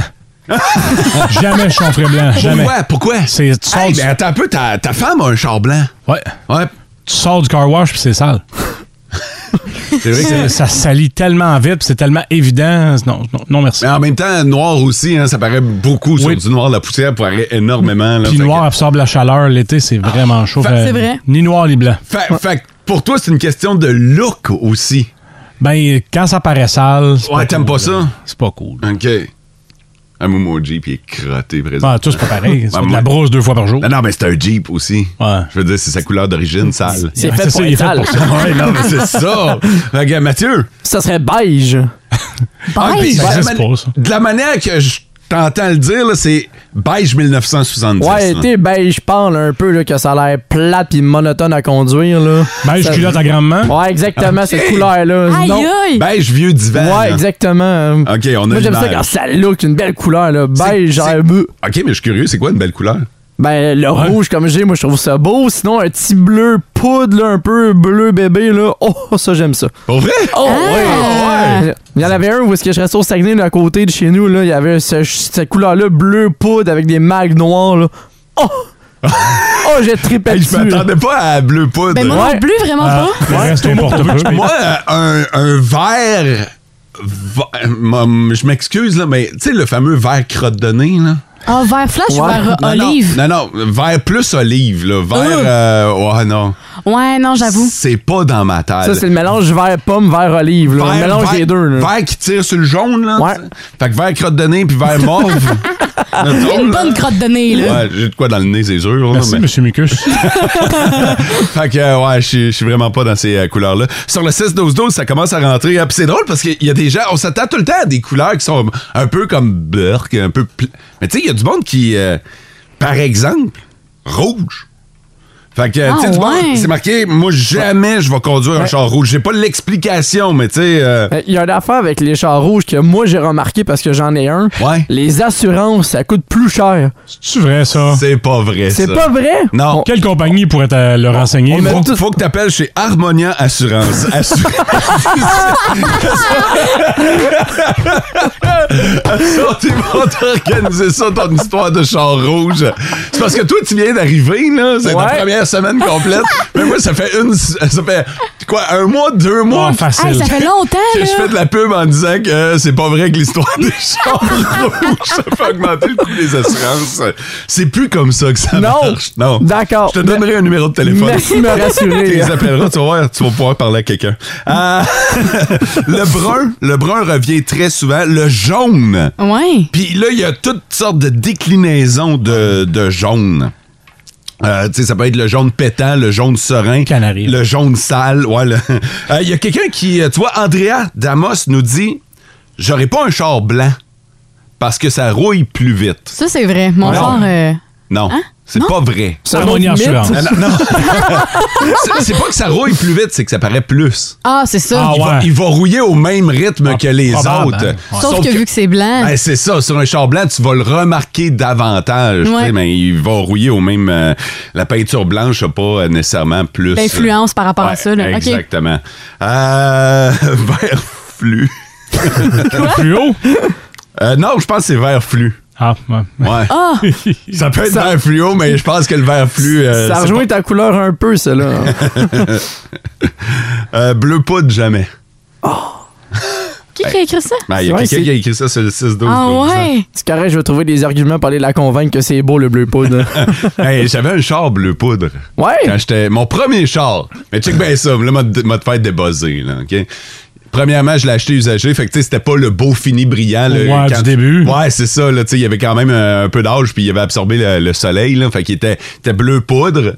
[SPEAKER 6] jamais je chanterai blanc. Jamais.
[SPEAKER 5] Pourquoi? Pourquoi?
[SPEAKER 6] C'est, tu, sors
[SPEAKER 5] Hey,
[SPEAKER 6] du,
[SPEAKER 5] ben attends un peu, ta, ta femme a un char blanc.
[SPEAKER 6] ouais,
[SPEAKER 5] Ouais.
[SPEAKER 6] tu sors du car wash puis c'est sale.
[SPEAKER 5] C'est vrai que
[SPEAKER 6] C'est- ça salit tellement vite, puis c'est tellement évident. Non, non, non merci.
[SPEAKER 5] Mais en même temps, noir aussi, hein, ça paraît beaucoup sur
[SPEAKER 6] Oui.
[SPEAKER 5] du noir. La poussière paraît énormément. Là,
[SPEAKER 6] Puis
[SPEAKER 5] Fait que-
[SPEAKER 6] noir absorbe la chaleur l'été, c'est
[SPEAKER 5] Ah.
[SPEAKER 6] vraiment chaud.
[SPEAKER 5] Fait-
[SPEAKER 6] Fait-
[SPEAKER 7] C'est vrai.
[SPEAKER 6] Ni noir ni blanc.
[SPEAKER 5] Fait, fait que pour toi, c'est une question de look aussi.
[SPEAKER 6] Ben, quand ça paraît sale. c'est
[SPEAKER 5] Ouais, t'aimes
[SPEAKER 6] cool,
[SPEAKER 5] pas
[SPEAKER 6] là.
[SPEAKER 5] ça?
[SPEAKER 6] C'est pas cool.
[SPEAKER 5] OK. Un Momo Jeep, il est crotté présent.
[SPEAKER 6] Ah, tout, c'est pas pareil. C'est
[SPEAKER 5] Ben,
[SPEAKER 6] pas de
[SPEAKER 5] moi- Ben,
[SPEAKER 6] la brosse deux fois par jour. Ah,
[SPEAKER 5] Non, non, mais c'est un Jeep aussi.
[SPEAKER 6] Ouais.
[SPEAKER 5] Je veux dire, c'est sa couleur d'origine, sale.
[SPEAKER 8] C'est
[SPEAKER 6] Ouais, c'est
[SPEAKER 8] fait pour
[SPEAKER 6] ça, il est
[SPEAKER 8] être
[SPEAKER 6] fait pour
[SPEAKER 8] sale.
[SPEAKER 5] ouais, non, mais c'est ça. Fait que, Mathieu.
[SPEAKER 8] Ça serait beige.
[SPEAKER 5] ah, puis
[SPEAKER 6] ça
[SPEAKER 5] de la
[SPEAKER 6] existe
[SPEAKER 7] ben,
[SPEAKER 5] man-
[SPEAKER 6] pas, ça.
[SPEAKER 5] De la manière que je t'entends le dire, là, c'est beige 1970.
[SPEAKER 8] Ouais,
[SPEAKER 5] là.
[SPEAKER 8] t'es beige pâle un peu, là, que ça a l'air plat pis monotone à conduire, là.
[SPEAKER 6] Ben,
[SPEAKER 5] Beige
[SPEAKER 8] Ça-
[SPEAKER 5] culotte à grand-maman?
[SPEAKER 8] Ouais, exactement,
[SPEAKER 5] Ok.
[SPEAKER 8] cette couleur-là.
[SPEAKER 5] Aïe,
[SPEAKER 8] Non.
[SPEAKER 5] aïe! Beige vieux divan, là.
[SPEAKER 8] Ouais, exactement.
[SPEAKER 5] OK, on a
[SPEAKER 8] Moi, j'aime ça
[SPEAKER 5] l'image.
[SPEAKER 8] quand ça look, une belle couleur, là. Beige, genre bleu.
[SPEAKER 5] OK, mais je suis curieux, c'est quoi une belle couleur?
[SPEAKER 8] Ben, le rouge comme j'ai, moi, je trouve ça beau. Sinon, un petit bleu poudre, là, un peu bleu bébé, là. Oh, ça, j'aime ça.
[SPEAKER 5] Pour vrai?
[SPEAKER 8] Oh, ouais, ouais. Il y en avait un où est-ce que je restais au Saguenay, là, à côté de chez nous, là. Il y avait ce- cette couleur-là, bleu poudre, avec des mags noirs, là. Oh! oh, j'ai trippé
[SPEAKER 5] Hey, je
[SPEAKER 8] dessus, là.
[SPEAKER 5] m'attendais pas à bleu poudre.
[SPEAKER 8] Ben, moi non Ouais. plus, vraiment Ah, pas. le reste, n'importe quoi.
[SPEAKER 5] Moi, euh, un, un vert... va- mom, Je m'excuse, là, mais tu sais, le fameux vert crotte de nez, là.
[SPEAKER 7] Ah, vert flash ou vert euh,
[SPEAKER 5] Non, non,
[SPEAKER 7] olive?
[SPEAKER 5] Non, non, vert plus olive, là. Vert... euh, ouais, non.
[SPEAKER 7] Ouais, non, j'avoue.
[SPEAKER 5] C'est pas dans ma table.
[SPEAKER 8] Ça, c'est le mélange vert-pomme, vert-olive. là. Le
[SPEAKER 5] Vert-
[SPEAKER 8] mélange
[SPEAKER 5] vert-
[SPEAKER 8] des deux. Là.
[SPEAKER 5] Vert qui tire sur le jaune, là.
[SPEAKER 8] Ouais.
[SPEAKER 5] Fait que vert crotte de nez puis vert mauve.
[SPEAKER 7] Une bonne crotte de nez, là.
[SPEAKER 5] Ouais, j'ai de quoi dans le nez, c'est sûr.
[SPEAKER 6] Merci,
[SPEAKER 5] monsieur Micus. fait que, euh, ouais, je suis- je suis vraiment pas dans ces euh, couleurs-là. Sur le 6-12-12, ça commence à rentrer. hein, Puis c'est drôle parce qu'il y a des gens, on s'attend tout le temps à des couleurs qui sont un peu comme Burke, un peu. pl- Mais tu sais, il y a du monde qui, euh, par exemple, rouge. Fait que,
[SPEAKER 10] Ah,
[SPEAKER 5] tu sais, du
[SPEAKER 10] ouais.
[SPEAKER 5] monde, c'est marqué, moi, jamais je vais conduire un
[SPEAKER 8] Ouais.
[SPEAKER 5] char rouge. J'ai pas l'explication, mais tu sais. euh,
[SPEAKER 8] Ben, Il y a une affaire avec les chars rouges que moi j'ai remarqué parce que j'en ai un. Les assurances, ça coûte plus cher.
[SPEAKER 6] C'est vrai, ça.
[SPEAKER 5] C'est pas vrai,
[SPEAKER 8] C'est pas vrai?
[SPEAKER 5] Non.
[SPEAKER 6] Quelle compagnie pourrait te le renseigner?
[SPEAKER 5] Faut, faut que t'appelles chez Harmonia Assurance. Assu- Assurance, Ils vont t'organiser ça, ton histoire de char rouge. C'est parce que toi, tu viens d'arriver, là. C'est ta
[SPEAKER 10] Ouais.
[SPEAKER 5] première semaine complète. Mais moi, ça fait une. Ça fait quoi, un mois, deux
[SPEAKER 6] Ah,
[SPEAKER 5] mois? facile.
[SPEAKER 7] Hey, ça fait longtemps,
[SPEAKER 5] Que
[SPEAKER 7] là.
[SPEAKER 5] je fais de la pub en disant que c'est pas vrai que l'histoire des chars rouges, ça fait augmenter le coût des assurances. C'est plus comme ça que ça
[SPEAKER 8] Non.
[SPEAKER 5] marche. Non.
[SPEAKER 8] D'accord.
[SPEAKER 5] Je te donnerai un numéro de téléphone.
[SPEAKER 8] Merci de me rassurer.
[SPEAKER 5] Tu les appelleras, tu vas voir, tu vas pouvoir parler à quelqu'un. Euh, le brun, le brun revient très souvent. Le jaune.
[SPEAKER 7] Ouais.
[SPEAKER 5] Puis là, il y a toutes sortes de déclinaisons de, de jaune. Euh, tu sais, ça peut être le jaune pétant, le jaune serein, le jaune sale. ouais, le- Euh, Il y a quelqu'un qui, euh, tu vois, Andrea Damos nous dit, j'aurais pas un char blanc parce que ça rouille plus vite.
[SPEAKER 7] Ça, c'est vrai. Mon
[SPEAKER 5] Non.
[SPEAKER 7] genre. euh,
[SPEAKER 5] Non, c'est
[SPEAKER 7] Non?
[SPEAKER 5] pas vrai.
[SPEAKER 7] C'est un Harmonie autre mythe.
[SPEAKER 5] Non,
[SPEAKER 7] Assurance.
[SPEAKER 5] non, non. C'est- c'est pas que ça rouille plus vite, c'est que ça paraît plus.
[SPEAKER 7] Ah, c'est ça.
[SPEAKER 5] il, va, il va rouiller au même rythme que les
[SPEAKER 7] probable,
[SPEAKER 5] autres.
[SPEAKER 7] hein. Sauf, que, vu que c'est blanc.
[SPEAKER 5] Ben, c'est ça, sur un char blanc, tu vas le remarquer davantage.
[SPEAKER 7] Ouais.
[SPEAKER 5] tu sais, Mais il va rouiller au même. euh, la peinture blanche n'a pas euh, nécessairement plus. euh,
[SPEAKER 7] L'influence par rapport à ça, là. Ok.
[SPEAKER 5] Exactement. Euh, vert flu.
[SPEAKER 6] Fluo?
[SPEAKER 5] Euh, non, je pense que c'est vert flu.
[SPEAKER 6] Ah, ouais.
[SPEAKER 5] Ouais.
[SPEAKER 7] Ah!
[SPEAKER 5] Ça peut être
[SPEAKER 8] Ça-
[SPEAKER 5] vert fluo, mais je pense que le vert flu. euh,
[SPEAKER 8] ça
[SPEAKER 5] c'est
[SPEAKER 8] rejoint ta couleur un peu, ça là.
[SPEAKER 5] Euh, bleu poudre, jamais.
[SPEAKER 7] Qui qui a écrit ça?
[SPEAKER 5] Ben, Il y a quelqu'un qui a écrit ça sur le 6-12.
[SPEAKER 7] Ah ouais?
[SPEAKER 8] C'est correct, je vais trouver des arguments pour aller la convaincre que c'est beau le bleu poudre.
[SPEAKER 5] Hey, j'avais un char bleu poudre.
[SPEAKER 8] Ouais.
[SPEAKER 5] Quand j'étais. Mon premier char. Mais check bien ça. Là, m'a m'a te fait débosser, là, OK? Premièrement, je l'ai acheté usagé. Fait que, tu sais, c'était pas le beau fini brillant. Là,
[SPEAKER 6] Ouais, du
[SPEAKER 5] début. Ouais, c'est ça. Là, tu sais, il y avait quand même euh, un peu d'âge, puis il avait absorbé le, le soleil, là. Fait qu'il était, était bleu poudre.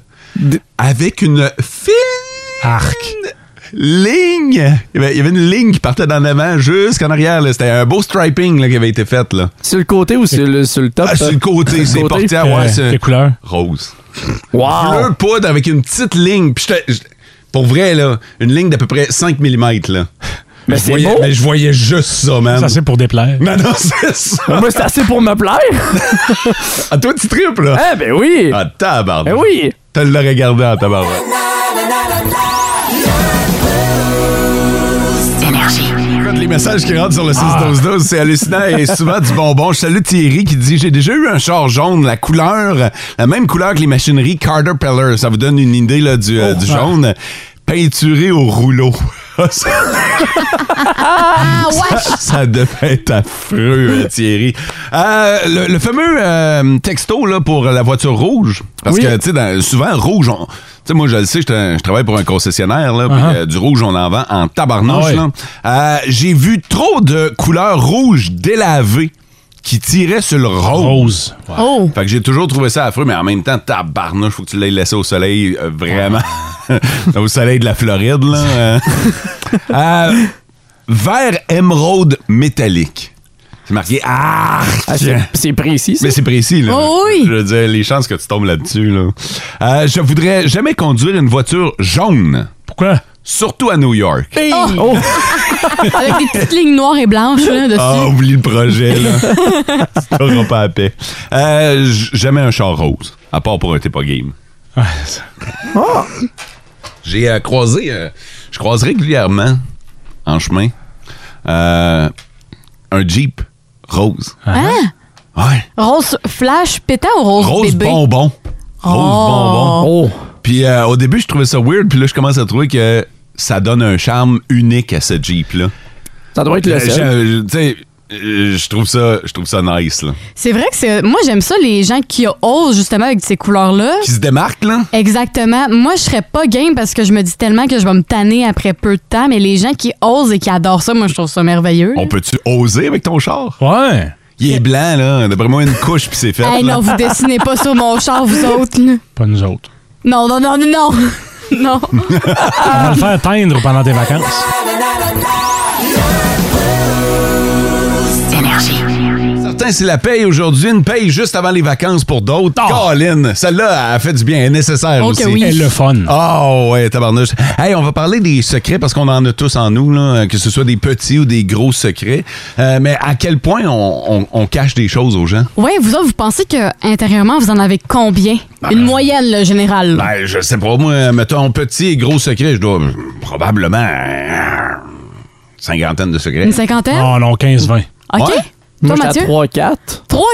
[SPEAKER 5] Avec une fine. Arc. Ligne. Il y, avait, il y avait une ligne qui partait d'en avant jusqu'en arrière, là. C'était un beau striping, là, qui avait été fait, là.
[SPEAKER 8] sur le côté ou sur le, sur le top? euh,
[SPEAKER 5] Ah, sur le côté, c'est porté. Ouais, c'est- Rose. Bleu poudre avec une petite ligne. Puis j'étais- j'- pour vrai, là, une ligne d'à peu près 5 mm. Là.
[SPEAKER 8] Mais
[SPEAKER 5] je
[SPEAKER 8] c'est
[SPEAKER 5] voyais-
[SPEAKER 8] beau.
[SPEAKER 5] Mais je voyais juste ça, man.
[SPEAKER 6] Ça, c'est pour déplaire.
[SPEAKER 5] Non, non, c'est ça.
[SPEAKER 8] Moi, c'est assez pour me plaire.
[SPEAKER 5] Ah, toi, tu triples, là.
[SPEAKER 8] Eh, ben oui.
[SPEAKER 5] Ah, tabarnak.
[SPEAKER 8] Eh oui.
[SPEAKER 5] Tu l'as regardé en tabarnak. Écoute, Les messages qui rentrent sur
[SPEAKER 8] Ah.
[SPEAKER 5] le 6-12-12, c'est hallucinant et souvent du bonbon. Je salue Thierry qui dit J'ai déjà eu un char jaune, la couleur, la même couleur que les machineries Caterpillar. Ça vous donne une idée là, du,
[SPEAKER 8] Oh,
[SPEAKER 5] euh, du jaune. Peinturé au rouleau. ça,
[SPEAKER 7] Ah, ouais!
[SPEAKER 5] ça devait être affreux, euh, Thierry. Euh, le, le fameux euh, texto là, pour la voiture rouge. Parce que, tu sais, dans- souvent, rouge, on- tu sais, moi, je le sais, je te- je travaille pour un concessionnaire, là, puis,
[SPEAKER 6] Uh-huh.
[SPEAKER 5] euh, du rouge, on en vend en tabarnouche.
[SPEAKER 6] Ah ouais.
[SPEAKER 5] là. Euh, J'ai vu trop de couleurs rouges délavées qui tiraient sur le rose.
[SPEAKER 6] Ouais.
[SPEAKER 7] Oh.
[SPEAKER 5] Fait que j'ai toujours trouvé ça affreux, mais en même temps, tabarnouche, faut que tu l'aies laissé au soleil, euh, vraiment. au soleil de la Floride, là. Euh, euh, vert émeraude métallique. C'est marqué Ah!
[SPEAKER 8] C'est précis,
[SPEAKER 5] Mais c'est précis, là.
[SPEAKER 7] Oh oui!
[SPEAKER 5] Je veux dire, les chances que tu tombes là-dessus, là. Euh, je voudrais jamais conduire une voiture jaune.
[SPEAKER 6] Pourquoi?
[SPEAKER 5] Surtout à New York.
[SPEAKER 7] Oh! Avec des petites lignes noires et blanches là, dessus.
[SPEAKER 5] Ah, oublie le projet, là. tu t'auras pas à paix. Euh, j- jamais un char rose, à part pour un t'es pas game. J'ai euh, croisé, euh, je croise régulièrement en chemin euh, un Jeep rose.
[SPEAKER 7] Hein?
[SPEAKER 5] Ah, Ouais.
[SPEAKER 7] Rose flash pétant ou rose,
[SPEAKER 5] Rose
[SPEAKER 7] bébé?
[SPEAKER 5] bonbon. Rose
[SPEAKER 7] Oh.
[SPEAKER 5] bonbon. Puis euh, au début, je trouvais ça weird, puis là, je commence à trouver que ça donne un charme unique à ce Jeep-là.
[SPEAKER 8] Ça doit être
[SPEAKER 5] Euh,
[SPEAKER 8] le seul.
[SPEAKER 5] je- Tu sais, euh, je trouve ça, je trouve ça nice, là.
[SPEAKER 7] C'est vrai que c'est. euh, Moi, j'aime ça, les gens qui osent justement avec ces couleurs-là.
[SPEAKER 5] Qui se démarque, là?
[SPEAKER 7] Exactement. Moi, je serais pas game parce que je me dis tellement que je vais me tanner après peu de temps, mais les gens qui osent et qui adorent ça, moi, je trouve ça merveilleux.
[SPEAKER 5] On peut-tu oser avec ton char?
[SPEAKER 6] Ouais.
[SPEAKER 5] Il est blanc, là. D'après moi, une couche, puis c'est fait.
[SPEAKER 7] Hey,
[SPEAKER 5] là.
[SPEAKER 7] non, vous dessinez pas sur mon char, vous autres. là.
[SPEAKER 6] Pas nous autres.
[SPEAKER 7] Non, non, non, non, non. Non.
[SPEAKER 6] On va le faire teindre pendant tes vacances.
[SPEAKER 5] Certains, c'est la paye aujourd'hui, une paye juste avant les vacances pour d'autres.
[SPEAKER 6] Ah!
[SPEAKER 5] Colin, celle-là, elle fait du bien, elle est nécessaire
[SPEAKER 7] Oh que
[SPEAKER 5] aussi.
[SPEAKER 7] oui.
[SPEAKER 6] Et le fun.
[SPEAKER 5] Oh ouais, tabarnouche. Hey, on va parler des secrets parce qu'on en a tous en nous, là, que ce soit des petits ou des gros secrets. Euh, mais à quel point on, on- on cache des choses aux gens?
[SPEAKER 7] Oui, vous autres, vous pensez que intérieurement, vous en avez combien? Une moyenne, là, générale. là.
[SPEAKER 5] Ah. Ben, je sais pas, moi, mettons, petit et gros secret, je dois euh, probablement euh, cinquantaine de secrets.
[SPEAKER 7] Une cinquantaine?
[SPEAKER 6] Oh non, 15-20.
[SPEAKER 7] OK.
[SPEAKER 5] ah. Ouais.
[SPEAKER 7] Toi,
[SPEAKER 8] Moi, j'étais
[SPEAKER 7] Mathieu?
[SPEAKER 8] à 3-4.
[SPEAKER 7] 3,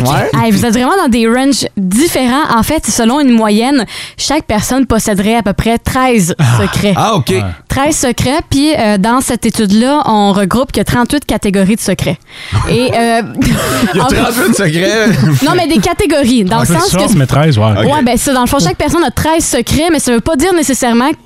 [SPEAKER 7] 4? OK. Hey, vous êtes vraiment dans des ranges différents. En fait, selon une moyenne, chaque personne posséderait à peu près 13 secrets.
[SPEAKER 5] Ah, OK.
[SPEAKER 7] 13 secrets, puis euh, dans cette étude-là, on regroupe que 38 catégories de secrets. Et, euh,
[SPEAKER 5] Il y a
[SPEAKER 7] en fait-
[SPEAKER 5] 38 secrets.
[SPEAKER 7] Non, mais des catégories, dans le
[SPEAKER 6] Ah,
[SPEAKER 7] sens
[SPEAKER 6] c'est
[SPEAKER 7] que...
[SPEAKER 6] ça, mais 13, ouais.
[SPEAKER 5] Ok.
[SPEAKER 7] Ouais, ben ça, dans le fond, chaque personne a 13 secrets, mais ça veut pas dire nécessairement que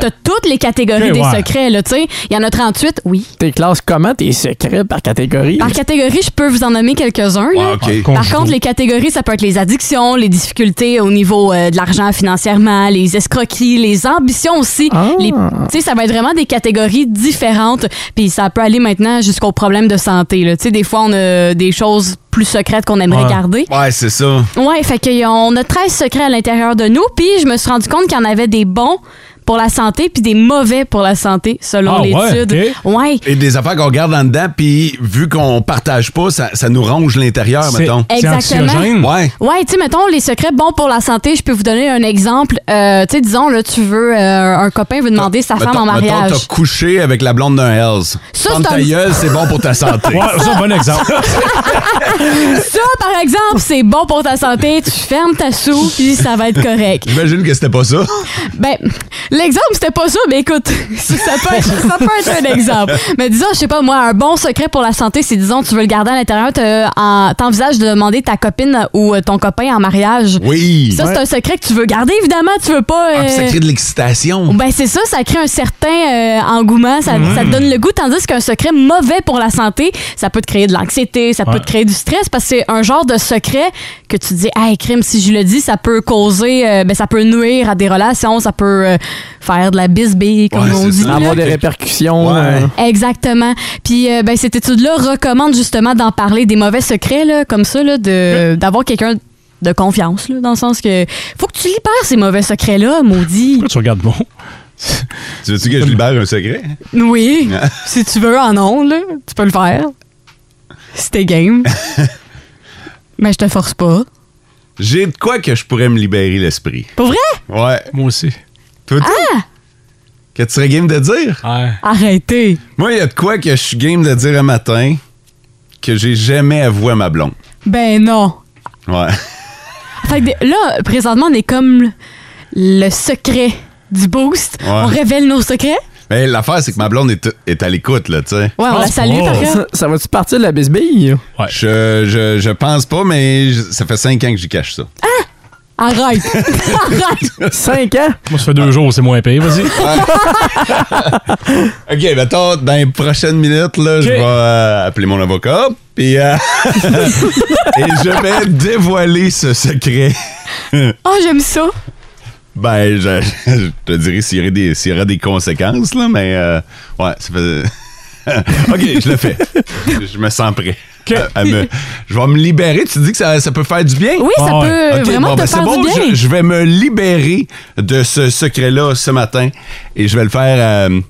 [SPEAKER 7] t'as toutes les catégories
[SPEAKER 6] Ok,
[SPEAKER 7] des
[SPEAKER 6] ouais.
[SPEAKER 7] secrets, là, tu sais. Il y en a 38, oui.
[SPEAKER 8] Tes classes comment tes secrets par catégorie?
[SPEAKER 7] Par catégorie, je peux vous en nommer quelques-uns, là.
[SPEAKER 5] Ah, OK.
[SPEAKER 6] Ouais,
[SPEAKER 7] Par
[SPEAKER 6] conjugaux.
[SPEAKER 7] contre, les catégories, ça peut être les addictions, les difficultés au niveau euh, de l'argent financièrement, les escroqueries, les ambitions aussi.
[SPEAKER 6] Ah.
[SPEAKER 7] Les- Tu sais, ça va être vraiment des catégories différentes. Puis ça peut aller maintenant jusqu'aux problèmes de santé. là. Tu sais, des fois, on a des choses plus secrètes qu'on aimerait
[SPEAKER 6] Ouais.
[SPEAKER 7] garder.
[SPEAKER 5] Ouais, c'est ça.
[SPEAKER 7] Ouais, fait qu'on a 13 secrets à l'intérieur de nous. Puis je me suis rendu compte qu'il y en avait des bons pour la santé puis des mauvais pour la santé, selon
[SPEAKER 6] Ah ouais,
[SPEAKER 7] l'étude. Ouais.
[SPEAKER 5] Et des affaires qu'on garde en dedans, puis vu qu'on partage pas, ça, ça nous ronge l'intérieur,
[SPEAKER 6] C'est-
[SPEAKER 5] mettons.
[SPEAKER 6] C'est
[SPEAKER 7] Exactement.
[SPEAKER 6] anxiogène.
[SPEAKER 5] Ouais.
[SPEAKER 7] Ouais, tu sais, mettons, les secrets bons pour la santé, je peux vous donner un exemple. Euh, tu sais, disons, là, tu veux, euh, un copain veut demander sa femme en mariage.
[SPEAKER 5] Mettons, t'as couché avec la blonde d'un Hells.
[SPEAKER 7] Ça,
[SPEAKER 5] Ferme
[SPEAKER 7] c'est un-
[SPEAKER 5] ta gueule, c'est bon pour ta santé.
[SPEAKER 6] Ouais, ça, bon exemple.
[SPEAKER 7] Ça, par exemple, c'est bon pour ta santé, tu fermes ta soupe, puis ça va être correct.
[SPEAKER 5] J'imagine que c'était pas ça.
[SPEAKER 7] Ben, l'exemple, c'était pas ça, mais écoute, ça ça peut, être, ça peut être un exemple. Mais disons, je sais pas, moi, un bon secret pour la santé, c'est, disons, tu veux le garder à l'intérieur, t'as- en- t'envisages de demander ta copine ou euh, ton copain en mariage.
[SPEAKER 5] Oui.
[SPEAKER 7] Ça, c'est un secret que tu veux garder, évidemment, tu veux pas...
[SPEAKER 5] Ah, puis ça
[SPEAKER 7] euh,
[SPEAKER 5] crée de l'excitation.
[SPEAKER 7] Ben c'est ça, ça crée un certain euh, engouement, ça, ça
[SPEAKER 5] Mm.
[SPEAKER 7] te donne le goût, tandis qu'un secret mauvais pour la santé, ça peut te créer de l'anxiété, ça peut
[SPEAKER 6] Ouais.
[SPEAKER 7] te créer du stress, parce que c'est un genre de secret que tu dis, hey, crime, si je le dis, ça peut causer, euh, ben ça peut nuire à des relations, ça peut euh, faire de la bisbille, comme
[SPEAKER 5] Ouais,
[SPEAKER 7] on
[SPEAKER 5] c'est
[SPEAKER 7] dit.
[SPEAKER 5] ça.
[SPEAKER 7] là.
[SPEAKER 8] Avoir des répercussions.
[SPEAKER 5] Ouais.
[SPEAKER 8] euh,
[SPEAKER 7] Exactement. Puis euh, ben, cette étude-là recommande justement d'en parler des mauvais secrets là, comme ça, là, de d'avoir quelqu'un de confiance, là, dans le sens que faut que tu libères ces mauvais secrets-là, maudit.
[SPEAKER 6] Pourquoi tu regardes bon?
[SPEAKER 5] Tu veux-tu que je libère un secret?
[SPEAKER 7] Oui. si tu veux en ondes, là, tu peux le faire. Si t'es game. Mais je te force pas.
[SPEAKER 5] J'ai de quoi que je pourrais me libérer l'esprit.
[SPEAKER 7] Pour vrai?
[SPEAKER 5] Ouais.
[SPEAKER 6] Moi aussi.
[SPEAKER 5] Toi, tu-
[SPEAKER 7] Ah!
[SPEAKER 5] Que tu serais game de dire?
[SPEAKER 6] Ouais.
[SPEAKER 7] Arrêtez.
[SPEAKER 5] Moi, il y a de quoi que je suis game de dire un matin que j'ai jamais avoué à ma blonde.
[SPEAKER 7] Ben non.
[SPEAKER 5] Ouais.
[SPEAKER 7] Fait que des- là, présentement, on est comme le secret du boost.
[SPEAKER 5] Ouais.
[SPEAKER 7] On révèle nos secrets.
[SPEAKER 5] Mais l'affaire, c'est que ma blonde est, est à l'écoute, là, tu sais.
[SPEAKER 7] Ouais, on
[SPEAKER 6] Ah,
[SPEAKER 7] la
[SPEAKER 6] c'est
[SPEAKER 7] salue
[SPEAKER 6] bon.
[SPEAKER 7] par contre.
[SPEAKER 8] Ça, ça va-tu partir de la bisbille?
[SPEAKER 6] Ouais.
[SPEAKER 5] Je, je, je pense pas, mais je- ça fait cinq ans que j'y cache ça.
[SPEAKER 7] Arrête. Arrête.
[SPEAKER 8] 5 ans?
[SPEAKER 6] Moi, ça fait deux jours, c'est moins payé. Vas-y.
[SPEAKER 5] OK, mettons, dans les prochaines minutes, là, je vais euh, appeler mon avocat, puis euh, et je vais dévoiler ce secret.
[SPEAKER 7] Oh, j'aime ça.
[SPEAKER 5] Ben, je, je te dirai s'il y, aurait des- s'il y aura des conséquences, là, mais euh, ouais, ça fait... OK, je le fais. Je me sens prêt. Elle me- je vais me libérer. Tu dis que ça, ça peut faire du bien?
[SPEAKER 7] Oui, ça Ah ouais. peut
[SPEAKER 5] Ok,
[SPEAKER 7] vraiment te
[SPEAKER 5] c'est
[SPEAKER 7] faire
[SPEAKER 5] bon,
[SPEAKER 7] du bien.
[SPEAKER 5] Je, je vais me libérer de ce secret-là ce matin et je vais le faire euh,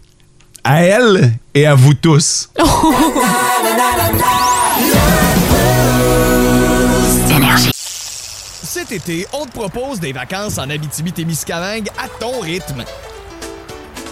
[SPEAKER 5] à elle et à vous tous.
[SPEAKER 1] Cet été, on te propose des vacances en Abitibi-Témiscamingue à ton rythme.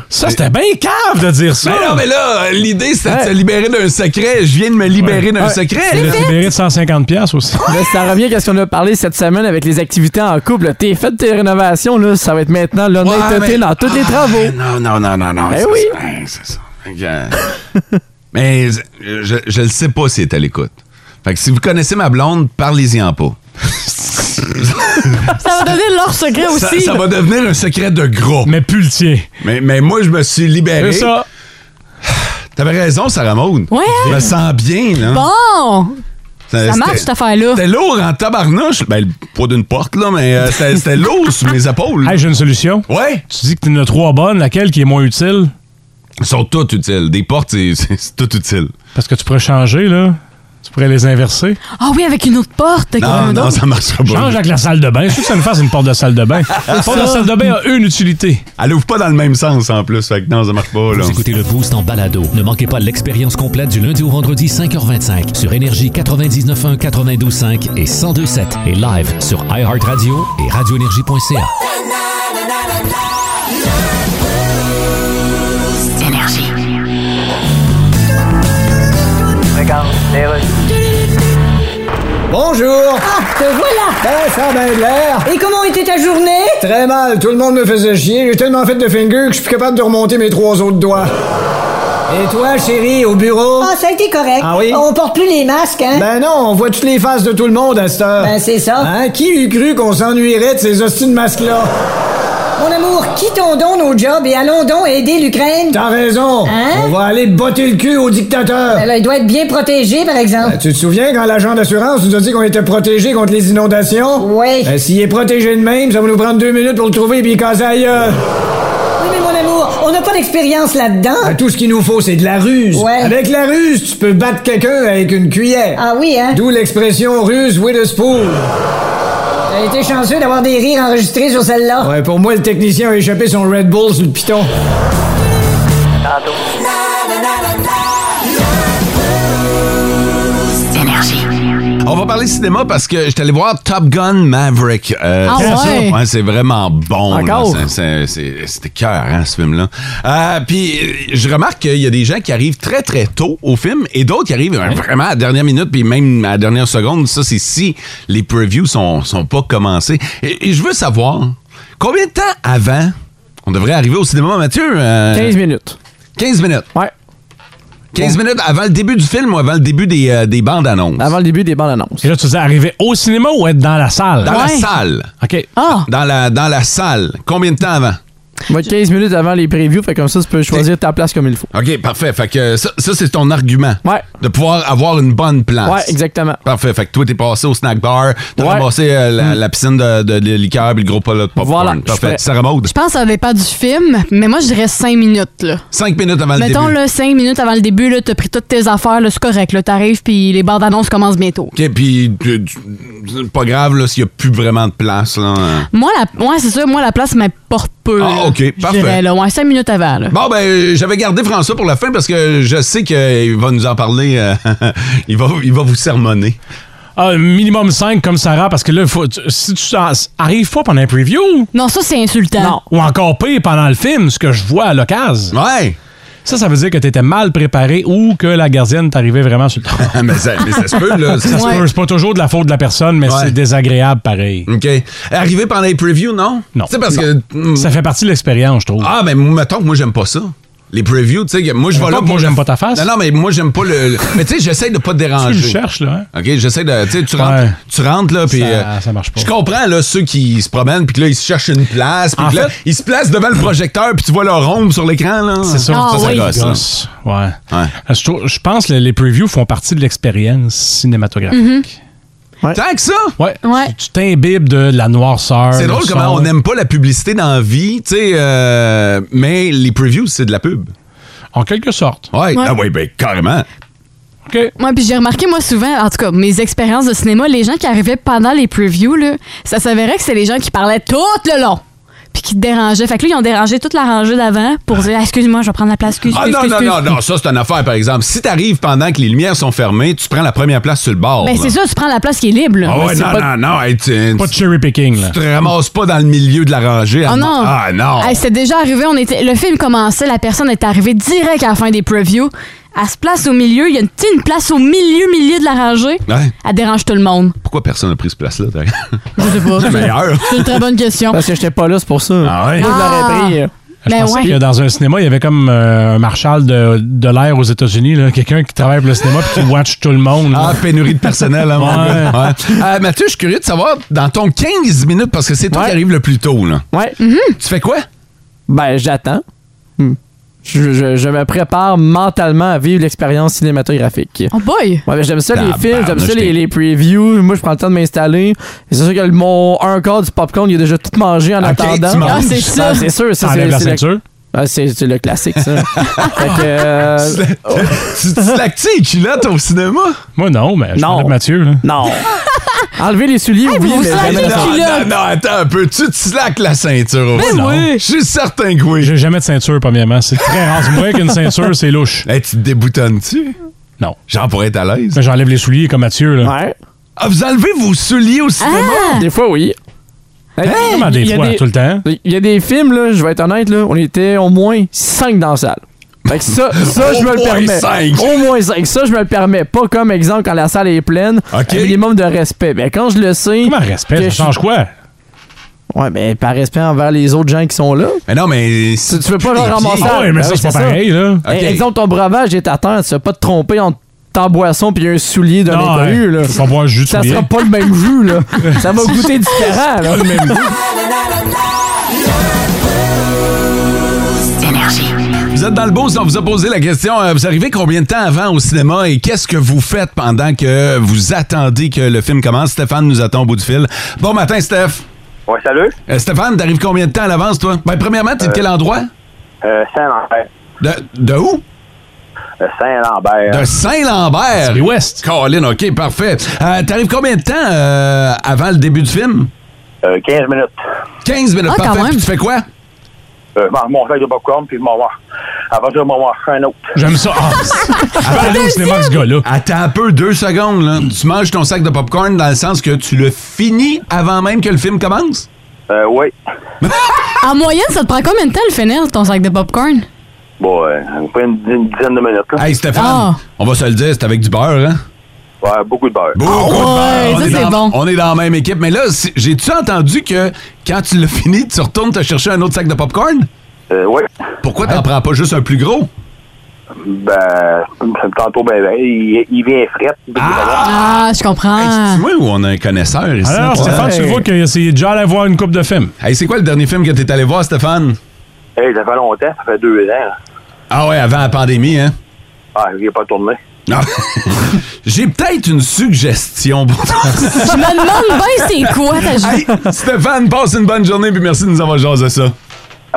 [SPEAKER 6] Ça, c'était bien cave de dire ça.
[SPEAKER 5] Mais non, mais là, l'idée, c'était de
[SPEAKER 8] Ouais.
[SPEAKER 5] se libérer d'un secret. Je viens de me libérer
[SPEAKER 6] Ouais.
[SPEAKER 5] d'un
[SPEAKER 6] Ouais.
[SPEAKER 5] secret.
[SPEAKER 6] Le libéré de 150 pièces aussi.
[SPEAKER 8] Là, Ben, ça revient à ce qu'on a parlé cette semaine avec les activités en couple. T'es fait tes rénovations, là, ça va être maintenant l'honnêteté
[SPEAKER 5] Ouais, mais- Ah,
[SPEAKER 8] dans tous les travaux.
[SPEAKER 5] Non, non, non, non, non.
[SPEAKER 8] Ben
[SPEAKER 5] c'est
[SPEAKER 8] oui.
[SPEAKER 5] ça, ben, c'est ça. Fait que, euh, mais je, je le sais pas si elle est à l'écoute. Fait que si vous connaissez ma blonde, parlez-y en pas.
[SPEAKER 7] ça va donner leur secret
[SPEAKER 5] Ça,
[SPEAKER 7] aussi.
[SPEAKER 5] ça va devenir un secret de gros. Eh
[SPEAKER 6] Mais plus le tien.
[SPEAKER 5] Mais, mais moi, je me suis libéré.
[SPEAKER 6] C'est ça.
[SPEAKER 5] T'avais raison, Sarah Maud.
[SPEAKER 7] Ouais,
[SPEAKER 5] Je me
[SPEAKER 7] hein?
[SPEAKER 5] sens bien, là.
[SPEAKER 7] Bon!
[SPEAKER 5] C'était-
[SPEAKER 7] Ça marche,
[SPEAKER 5] c'était-
[SPEAKER 7] cette affaire-là.
[SPEAKER 5] C'était lourd en tabarnouche. Ben, le poids d'une porte, là, mais euh, c'était c'était lourd sur mes épaules.
[SPEAKER 6] Hey, j'ai une solution.
[SPEAKER 5] Ouais.
[SPEAKER 6] Tu dis que tu en as trois bonnes, laquelle qui est moins utile?
[SPEAKER 5] Ils sont toutes utiles. Des portes, c'est- c'est c'est tout utile.
[SPEAKER 6] Parce que tu pourrais changer, là. Tu pourrais les
[SPEAKER 5] Bah
[SPEAKER 6] inverser.
[SPEAKER 7] Ah oui, avec une autre porte.
[SPEAKER 5] Non,
[SPEAKER 7] comme
[SPEAKER 5] non,
[SPEAKER 7] d'autres.
[SPEAKER 5] ça marchera pas.
[SPEAKER 6] Change avec la salle de bain. Je suis sûr que ça nous fasse une porte de salle de bain. Une porte de salle de bain a une utilité.
[SPEAKER 5] Elle ouvre pas dans le même sens, en plus. Fait que non, ça marche pas, là.
[SPEAKER 3] Vous écoutez le Boost en balado. Ne manquez pas l'expérience complète du lundi au vendredi 5h25 sur Énergie 99.1, 92.5 et 102.7 et live sur iHeartRadio et radioénergie.ca.
[SPEAKER 4] Regarde, les rues.
[SPEAKER 10] Bonjour!
[SPEAKER 9] Ah, te voilà!
[SPEAKER 10] Eh, ça a bien de l'air!
[SPEAKER 9] Et comment était ta journée?
[SPEAKER 10] Très mal, tout le monde me faisait chier. J'ai tellement fait de finger que je suis plus capable de remonter mes trois autres doigts. Et toi, chérie, au
[SPEAKER 11] Oh.
[SPEAKER 10] bureau?
[SPEAKER 9] Ah, ça a été correct.
[SPEAKER 10] Ah oui?
[SPEAKER 9] On porte plus les masques, hein?
[SPEAKER 10] Ben non, on voit toutes les faces de tout le monde à cette heure.
[SPEAKER 11] Bah.
[SPEAKER 9] Ben, c'est ça.
[SPEAKER 10] Hein? Qui eût cru qu'on s'ennuierait de ces hostiles masques-là?
[SPEAKER 9] Mon amour, quittons donc nos jobs et allons donc aider l'Ukraine.
[SPEAKER 10] T'as raison!
[SPEAKER 9] Hein?
[SPEAKER 10] On va aller botter le cul au dictateur!
[SPEAKER 9] Ben là, il doit être bien protégé, par exemple.
[SPEAKER 10] Ben, tu te souviens quand l'agent d'assurance nous a dit qu'on était protégé contre les inondations?
[SPEAKER 9] Oui.
[SPEAKER 10] Ben, s'il est protégé de même, ça va nous prendre deux minutes pour le trouver et puis casser la gueule.
[SPEAKER 9] Oui, mais mon amour, on n'a pas d'expérience là-dedans.
[SPEAKER 10] Ben, tout ce qu'il nous faut, c'est de la ruse.
[SPEAKER 9] Ouais.
[SPEAKER 10] Avec la ruse, tu peux battre quelqu'un avec une cuillère.
[SPEAKER 9] Ah oui, hein?
[SPEAKER 10] D'où l'expression ruse with a spoon.
[SPEAKER 9] T'as été chanceux d'avoir des rires enregistrés sur celle-là.
[SPEAKER 10] Ouais, pour moi, le technicien a échappé son Red Bull sur le piton.
[SPEAKER 4] Tantôt.
[SPEAKER 5] On va parler cinéma parce que je suis allé voir Top Gun Maverick. Euh,
[SPEAKER 7] Ah ouais?
[SPEAKER 5] Ouais, c'est vraiment bon. là.
[SPEAKER 8] Encore?
[SPEAKER 5] C'est- c'est- c'est- C'était cœur, hein, ce film-là. Euh, Puis euh, je remarque qu'il y a des gens qui arrivent très, très tôt au film et d'autres qui arrivent euh, vraiment à la dernière minute puis même à la dernière seconde. Ça, c'est si les previews sont, sont pas commencées. Et, et je veux savoir, combien de temps avant on devrait arriver au cinéma, Mathieu? Euh,
[SPEAKER 8] 15 minutes.
[SPEAKER 5] 15 minutes.
[SPEAKER 8] Ouais.
[SPEAKER 5] 15 minutes avant le début du film ou avant le début des, euh, des bandes annonces?
[SPEAKER 8] Avant le début des bandes annonces.
[SPEAKER 6] Et là, tu dis arriver au cinéma ou être dans la salle?
[SPEAKER 5] Dans la
[SPEAKER 7] Ouais.
[SPEAKER 5] salle.
[SPEAKER 6] OK.
[SPEAKER 7] Ah!
[SPEAKER 5] Dans la, dans la salle. Combien de temps avant?
[SPEAKER 8] Va être 15 minutes avant les previews, fait comme ça, tu peux choisir ta place comme il faut.
[SPEAKER 5] OK, parfait. Fait que ça, ça, c'est ton argument.
[SPEAKER 8] Ouais.
[SPEAKER 5] De pouvoir avoir une bonne place.
[SPEAKER 8] Ouais, exactement.
[SPEAKER 5] Parfait. Fait que toi, t'es passé au snack bar, t'as
[SPEAKER 8] Ouais. Mm.
[SPEAKER 5] ramassé euh, la, la piscine de, de, de liqueur puis le gros pot de popcorn.
[SPEAKER 8] Voilà, je
[SPEAKER 5] Parfait.
[SPEAKER 8] fais-
[SPEAKER 5] Sarah Maud,
[SPEAKER 7] Je pense que ça dépend du film, mais moi, je dirais 5 minutes, là.
[SPEAKER 5] cinq minutes avant
[SPEAKER 7] Mettons,
[SPEAKER 5] le début.
[SPEAKER 7] là, 5 minutes avant le début, là, t'as pris toutes tes affaires, là, c'est correct, là, t'arrives, puis les bandes annonces commencent bientôt.
[SPEAKER 5] OK, puis tu- tu- c'est pas grave là, s'il y a plus vraiment de place. Là.
[SPEAKER 7] Moi, la... ouais, c'est ça, moi, la place m'importe peu.
[SPEAKER 5] Ah,
[SPEAKER 7] là.
[SPEAKER 5] ok,
[SPEAKER 7] Je
[SPEAKER 5] parfait.
[SPEAKER 7] dirais, là, ouais, 5 minutes avant, là.
[SPEAKER 5] Bon, ben, euh, j'avais gardé François pour la fin parce que je sais qu'il va nous en parler. euh, il, va, il va vous sermonner.
[SPEAKER 6] Ah, minimum 5 comme Sarah, parce que là, faut, tu- si tu t'en- arrives pas pendant un preview,
[SPEAKER 7] Non, ça, c'est insultant.
[SPEAKER 6] Non. ou encore pire pendant le film, ce que je vois à l'occasion,
[SPEAKER 5] Ouais!
[SPEAKER 6] ça, ça veut dire que t'étais mal préparé ou que la gardienne t'arrivait vraiment sur le temps.
[SPEAKER 5] Ah, mais, ça, mais ça se peut, là. Ça se
[SPEAKER 7] Ouais.
[SPEAKER 6] C'est pas toujours de la faute de la personne, mais
[SPEAKER 5] Ouais.
[SPEAKER 6] c'est désagréable pareil.
[SPEAKER 5] OK. Arrivé pendant les previews, non?
[SPEAKER 6] Non.
[SPEAKER 5] Tu sais, parce
[SPEAKER 6] Non.
[SPEAKER 5] que. mm,
[SPEAKER 6] Ça fait partie de l'expérience, je trouve.
[SPEAKER 5] Ah, ben, mettons que moi, j'aime pas ça. Les previews, tu sais, que moi, je vais
[SPEAKER 6] Pas
[SPEAKER 5] là.
[SPEAKER 6] que
[SPEAKER 5] pour-
[SPEAKER 6] moi, j'aime pas ta face.
[SPEAKER 5] Non, non, mais moi, j'aime pas le. le- Mais tu sais, j'essaie de pas te
[SPEAKER 6] tu
[SPEAKER 5] déranger.
[SPEAKER 6] le cherches, là. Hein?
[SPEAKER 5] OK, j'essaie de. Tu sais, tu rentres,
[SPEAKER 6] Ouais.
[SPEAKER 5] tu rentres, là, puis.
[SPEAKER 6] Ça-
[SPEAKER 5] euh,
[SPEAKER 6] ça marche pas.
[SPEAKER 5] Je comprends, là, ceux qui se promènent, puis que là, ils se cherchent une place, puis
[SPEAKER 6] En
[SPEAKER 5] que là,
[SPEAKER 6] fait-
[SPEAKER 5] ils se placent devant le projecteur, puis tu vois leur ombre sur l'écran, là.
[SPEAKER 6] C'est ça.
[SPEAKER 7] Ah,
[SPEAKER 5] Ça, ça
[SPEAKER 7] oui.
[SPEAKER 5] gosse, là.
[SPEAKER 6] Gosse. Ouais. Euh,
[SPEAKER 5] Ouais.
[SPEAKER 6] Je, trouve- je pense que les previews font partie de l'expérience cinématographique.
[SPEAKER 5] Tant que ça!
[SPEAKER 6] Ouais.
[SPEAKER 7] Mhm. Ouais.
[SPEAKER 6] Tu- Tu t'imbibes de la noirceur.
[SPEAKER 5] C'est
[SPEAKER 6] le
[SPEAKER 5] drôle comment
[SPEAKER 6] son.
[SPEAKER 5] on n'aime pas la publicité dans la vie, tu sais, euh, mais les previews, c'est de la pub.
[SPEAKER 6] En quelque sorte.
[SPEAKER 5] Ouais, ah ouais, ben carrément.
[SPEAKER 6] OK.
[SPEAKER 7] Ouais, puis j'ai remarqué, moi, souvent, en tout cas, mes expériences de cinéma, les gens qui arrivaient pendant les previews, là, ça s'avérait que c'est les gens qui parlaient tout le long. Puis qui te dérangeaient. Fait que là, ils ont dérangé toute la rangée d'avant pour dire Ah, Excuse-moi, je vais prendre la place, excuse,
[SPEAKER 5] Ah
[SPEAKER 7] excuse,
[SPEAKER 5] non, non,
[SPEAKER 7] excuse.
[SPEAKER 5] non, non, ça c'est une affaire, par exemple. Si t'arrives pendant que les lumières sont fermées, tu prends la première place sur le bord.
[SPEAKER 7] Ben,
[SPEAKER 5] là.
[SPEAKER 7] c'est ça, tu prends la place qui est libre, là.
[SPEAKER 5] Ah ouais,
[SPEAKER 8] c'est
[SPEAKER 5] non,
[SPEAKER 8] pas-
[SPEAKER 5] non, non, hey, tu, tu-
[SPEAKER 6] Pas de cherry picking, là.
[SPEAKER 5] tu te ramasses pas dans le milieu de la rangée.
[SPEAKER 7] Oh
[SPEAKER 5] Ah
[SPEAKER 7] non!
[SPEAKER 5] Ah non!
[SPEAKER 7] Hey, C'était déjà arrivé, on était, le film commençait, la personne est arrivée direct à la fin des previews. Elle se place au milieu, il y a une petite place au milieu, milieu de la rangée.
[SPEAKER 5] Ouais.
[SPEAKER 7] Elle dérange tout le monde.
[SPEAKER 5] Hein? Pourquoi personne n'a pris cette place-là? d'ailleurs?
[SPEAKER 7] Je sais pas.
[SPEAKER 5] C'est meilleur.
[SPEAKER 7] C'est une très bonne question.
[SPEAKER 8] Parce que j'étais pas là, c'est pour ça.
[SPEAKER 5] Ah ouais?
[SPEAKER 8] Moi, je l'aurais
[SPEAKER 7] Ben, Ah.
[SPEAKER 8] pris. euh.
[SPEAKER 6] Je
[SPEAKER 7] Ben
[SPEAKER 6] pensais
[SPEAKER 7] ouais.
[SPEAKER 6] que dans un cinéma, il y avait comme euh, un marshal de, de l'air aux États-Unis, là, quelqu'un qui travaille pour le cinéma puis qui watch tout le monde. là.
[SPEAKER 5] Ah, pénurie de personnel, hein, mon
[SPEAKER 6] Ouais.
[SPEAKER 5] gars. Ouais. Euh, Mathieu, je suis curieux de savoir, dans ton 15 minutes, parce que c'est toi
[SPEAKER 8] Ouais.
[SPEAKER 5] qui arrives le plus tôt, là.
[SPEAKER 8] Ouais.
[SPEAKER 5] Tu fais quoi?
[SPEAKER 8] Ben, j'attends. Je, je- je me prépare mentalement à vivre l'expérience cinématographique.
[SPEAKER 7] Oh boy!
[SPEAKER 8] Ouais, mais j'aime ça les
[SPEAKER 7] Tabarnak,
[SPEAKER 8] films, j'aime ça les,
[SPEAKER 7] j'étais-
[SPEAKER 8] les previews. Moi, je prends le temps de m'installer. Et C'est sûr que le- mon un quart du popcorn, il est déjà tout mangé en
[SPEAKER 6] Ok,
[SPEAKER 8] attendant.
[SPEAKER 6] tu manges.
[SPEAKER 8] Ah, c'est sûr.
[SPEAKER 6] Ah,
[SPEAKER 8] c'est sûr. ça,
[SPEAKER 6] T'enlèves
[SPEAKER 8] c'est-
[SPEAKER 6] la
[SPEAKER 8] c'est le-
[SPEAKER 6] ceinture?
[SPEAKER 8] Ah, c'est c'est le classique, ça. fait que, Euh,
[SPEAKER 5] tu slack-tu les culottes au cinéma?
[SPEAKER 6] Moi, non, mais je
[SPEAKER 8] Non.
[SPEAKER 6] parle de Mathieu. Là.
[SPEAKER 8] Non. Enlever Ah, les souliers, oui, mais jamais la
[SPEAKER 5] non,
[SPEAKER 8] ceinture.
[SPEAKER 5] non, non, attends un peu. Tu te slack la ceinture au cinéma.
[SPEAKER 6] oui!
[SPEAKER 5] Je suis certain que oui.
[SPEAKER 6] J'ai jamais de ceinture, premièrement. C'est très rare. C'est moi qu'une ceinture, c'est louche.
[SPEAKER 5] Hey, tu te déboutonnes-tu?
[SPEAKER 6] Non.
[SPEAKER 5] Genre pour être à l'aise.
[SPEAKER 6] Mais J'enlève les souliers comme Mathieu. Là.
[SPEAKER 8] Ouais.
[SPEAKER 5] Ah, vous enlevez vos souliers au
[SPEAKER 12] Hein?
[SPEAKER 5] cinéma?
[SPEAKER 8] Des fois, oui.
[SPEAKER 6] Comment des
[SPEAKER 8] Il y a
[SPEAKER 6] fois, tout le temps?
[SPEAKER 8] Il y a des films, là, je vais être honnête, là, on était au moins 5 dans la salle. Fait que ça, ça je
[SPEAKER 5] Au
[SPEAKER 8] me le
[SPEAKER 5] moins
[SPEAKER 8] permets.
[SPEAKER 5] cinq.
[SPEAKER 8] Au moins 5. Ça, je me le permets. Pas comme exemple quand la salle est pleine.
[SPEAKER 5] Ok.
[SPEAKER 8] Un minimum de respect. Mais quand je le sais.
[SPEAKER 6] Comment respect?
[SPEAKER 8] que
[SPEAKER 6] Ça
[SPEAKER 8] je-
[SPEAKER 6] change quoi?
[SPEAKER 8] Ouais, mais par respect envers les autres gens qui sont là.
[SPEAKER 5] Mais non, mais.
[SPEAKER 8] Tu, tu veux pas genre ramasser.
[SPEAKER 6] Ah ouais, mais ça, c'est pas pareil, là.
[SPEAKER 8] Eh,
[SPEAKER 6] Ok.
[SPEAKER 8] Exemple, ton breuvage est à terre. Tu vas pas te tromper entre ta boisson puis un soulier d'un
[SPEAKER 6] Non,
[SPEAKER 8] inconnu,
[SPEAKER 6] ouais.
[SPEAKER 8] là.
[SPEAKER 6] Faut pas boire un jus de
[SPEAKER 8] Ça
[SPEAKER 6] soulier.
[SPEAKER 8] sera pas le même jus, là. Ça va goûter différent, là.
[SPEAKER 6] Pas le même goût.
[SPEAKER 5] Vous êtes dans le beau, on vous a posé la question. euh, vous arrivez combien de temps avant au cinéma et qu'est-ce que vous faites pendant que vous attendez que le film commence? Stéphane nous attend au bout du fil. Bon matin, Steph.
[SPEAKER 12] Ouais, salut.
[SPEAKER 5] Euh, Stéphane, t'arrives combien de temps à l'avance, toi? Ben, premièrement, t'es de quel endroit?
[SPEAKER 12] Euh, Saint-Lambert.
[SPEAKER 5] De, de où?
[SPEAKER 12] Euh, Saint-Lambert.
[SPEAKER 5] De Saint-Lambert. C'est
[SPEAKER 6] l'ouest.
[SPEAKER 5] Colin, OK, parfait. Euh, T'arrives combien de temps euh, avant le début du film?
[SPEAKER 12] Euh, 15 minutes.
[SPEAKER 5] 15 minutes,
[SPEAKER 12] Ah, quand
[SPEAKER 5] parfait.
[SPEAKER 12] même.
[SPEAKER 5] Puis tu fais quoi?
[SPEAKER 12] Euh, mange mon sac de popcorn, puis je m'en vais. Après ça, je m'en vais un autre.
[SPEAKER 6] J'aime ça. Ah,
[SPEAKER 5] Attends,
[SPEAKER 6] ce gars-là.
[SPEAKER 5] Attends un peu, deux secondes. Là. Tu manges ton sac de popcorn dans le sens que tu le finis avant même que le film commence?
[SPEAKER 12] Euh, oui.
[SPEAKER 7] En moyenne, ça te prend combien de temps le finir, ton sac de popcorn?
[SPEAKER 12] Bon, euh, à peu près une, une dizaine de minutes. Là.
[SPEAKER 5] Hey, Stéphane,
[SPEAKER 7] Ah.
[SPEAKER 5] on va se le dire, c'est avec du beurre, hein?
[SPEAKER 12] Ouais, beaucoup de beurre.
[SPEAKER 5] Beaucoup de beurre.
[SPEAKER 7] Ah ouais,
[SPEAKER 5] On
[SPEAKER 7] ça,
[SPEAKER 5] est
[SPEAKER 7] c'est
[SPEAKER 5] dans-
[SPEAKER 7] bon.
[SPEAKER 5] On est dans la même équipe. Mais là, c'est- j'ai-tu entendu que quand tu l'as fini, tu retournes te chercher un autre sac de popcorn?
[SPEAKER 12] Euh, oui.
[SPEAKER 5] Pourquoi
[SPEAKER 6] Hein?
[SPEAKER 5] t'en prends pas juste un plus gros?
[SPEAKER 12] Ben, tantôt, ben, ben, il, il vient fret.
[SPEAKER 7] Ah, je comprends.
[SPEAKER 5] Moi ou on a un connaisseur ici?
[SPEAKER 6] Alors, Stéphane, tu vois que c'est déjà allé voir une coupe de films.
[SPEAKER 5] Hey, c'est quoi le dernier film que t'es allé voir, Stéphane?
[SPEAKER 12] Hey, ça fait longtemps, ça fait deux ans. là.
[SPEAKER 5] Ah ouais, avant la pandémie, hein?
[SPEAKER 12] Ah, il n'y pas tourné.
[SPEAKER 5] Non. J'ai peut-être une suggestion pour toi.
[SPEAKER 7] Je me demande bien c'est quoi ta
[SPEAKER 5] Hey, Stéphane, passe une bonne journée puis merci de nous avoir jasé ça.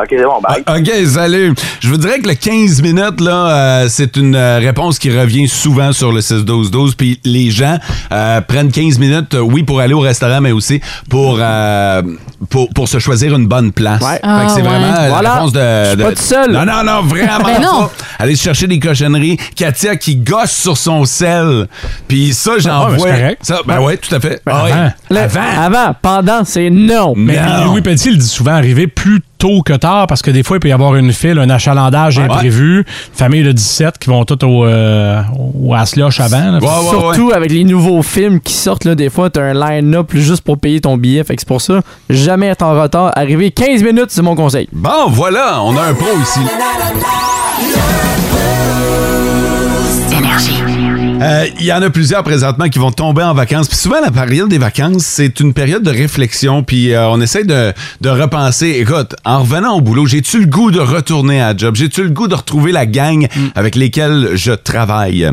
[SPEAKER 12] OK, c'est bon, ben. bye.
[SPEAKER 5] Ah, OK, salut. Je vous dirais que le 15 minutes, là, euh, c'est une euh, réponse qui revient souvent sur le 6-12-12. Puis les gens euh, prennent 15 minutes, euh, oui, pour aller au restaurant, mais aussi pour, euh, pour, pour se choisir une bonne place. Fait que
[SPEAKER 8] Ah,
[SPEAKER 5] c'est
[SPEAKER 8] ouais.
[SPEAKER 5] vraiment euh, la
[SPEAKER 8] Voilà.
[SPEAKER 5] réponse de...
[SPEAKER 8] Je suis
[SPEAKER 5] de-
[SPEAKER 8] pas tout seul.
[SPEAKER 5] Non, non, non, vraiment
[SPEAKER 8] Ben non.
[SPEAKER 5] pas. Aller chercher des cochonneries. Katia qui gosse sur son sel. Puis ça, j'en
[SPEAKER 6] Ah, ben, c'est
[SPEAKER 5] vois...
[SPEAKER 6] correct.
[SPEAKER 5] Ça, ben ouais, tout à fait. Ah, ouais.
[SPEAKER 8] Le- avant, pendant, c'est non.
[SPEAKER 6] Mais
[SPEAKER 5] Non.
[SPEAKER 6] Louis Pelletier le dit souvent, arriver plus tôt que tard, parce que des fois, il peut y avoir une file, un achalandage imprévu, une famille de 17 qui vont toutes au, euh, au Asloche avant. là.
[SPEAKER 8] Surtout avec les nouveaux films qui sortent, là, des fois, t'as un line-up juste pour payer ton billet. Fait que c'est pour ça, jamais être en retard. Arriver 15 minutes, c'est mon conseil.
[SPEAKER 5] Bon, voilà, on a un pro ici. Euh, Il y en a plusieurs présentement qui vont tomber en vacances. Puis souvent, la période des vacances, c'est une période de réflexion. Puis euh, on essaie de, de repenser. Écoute, en revenant au boulot, j'ai-tu le goût de retourner à la job? J'ai-tu le goût de retrouver la gang
[SPEAKER 7] Mm.
[SPEAKER 5] avec lesquelles je travaille?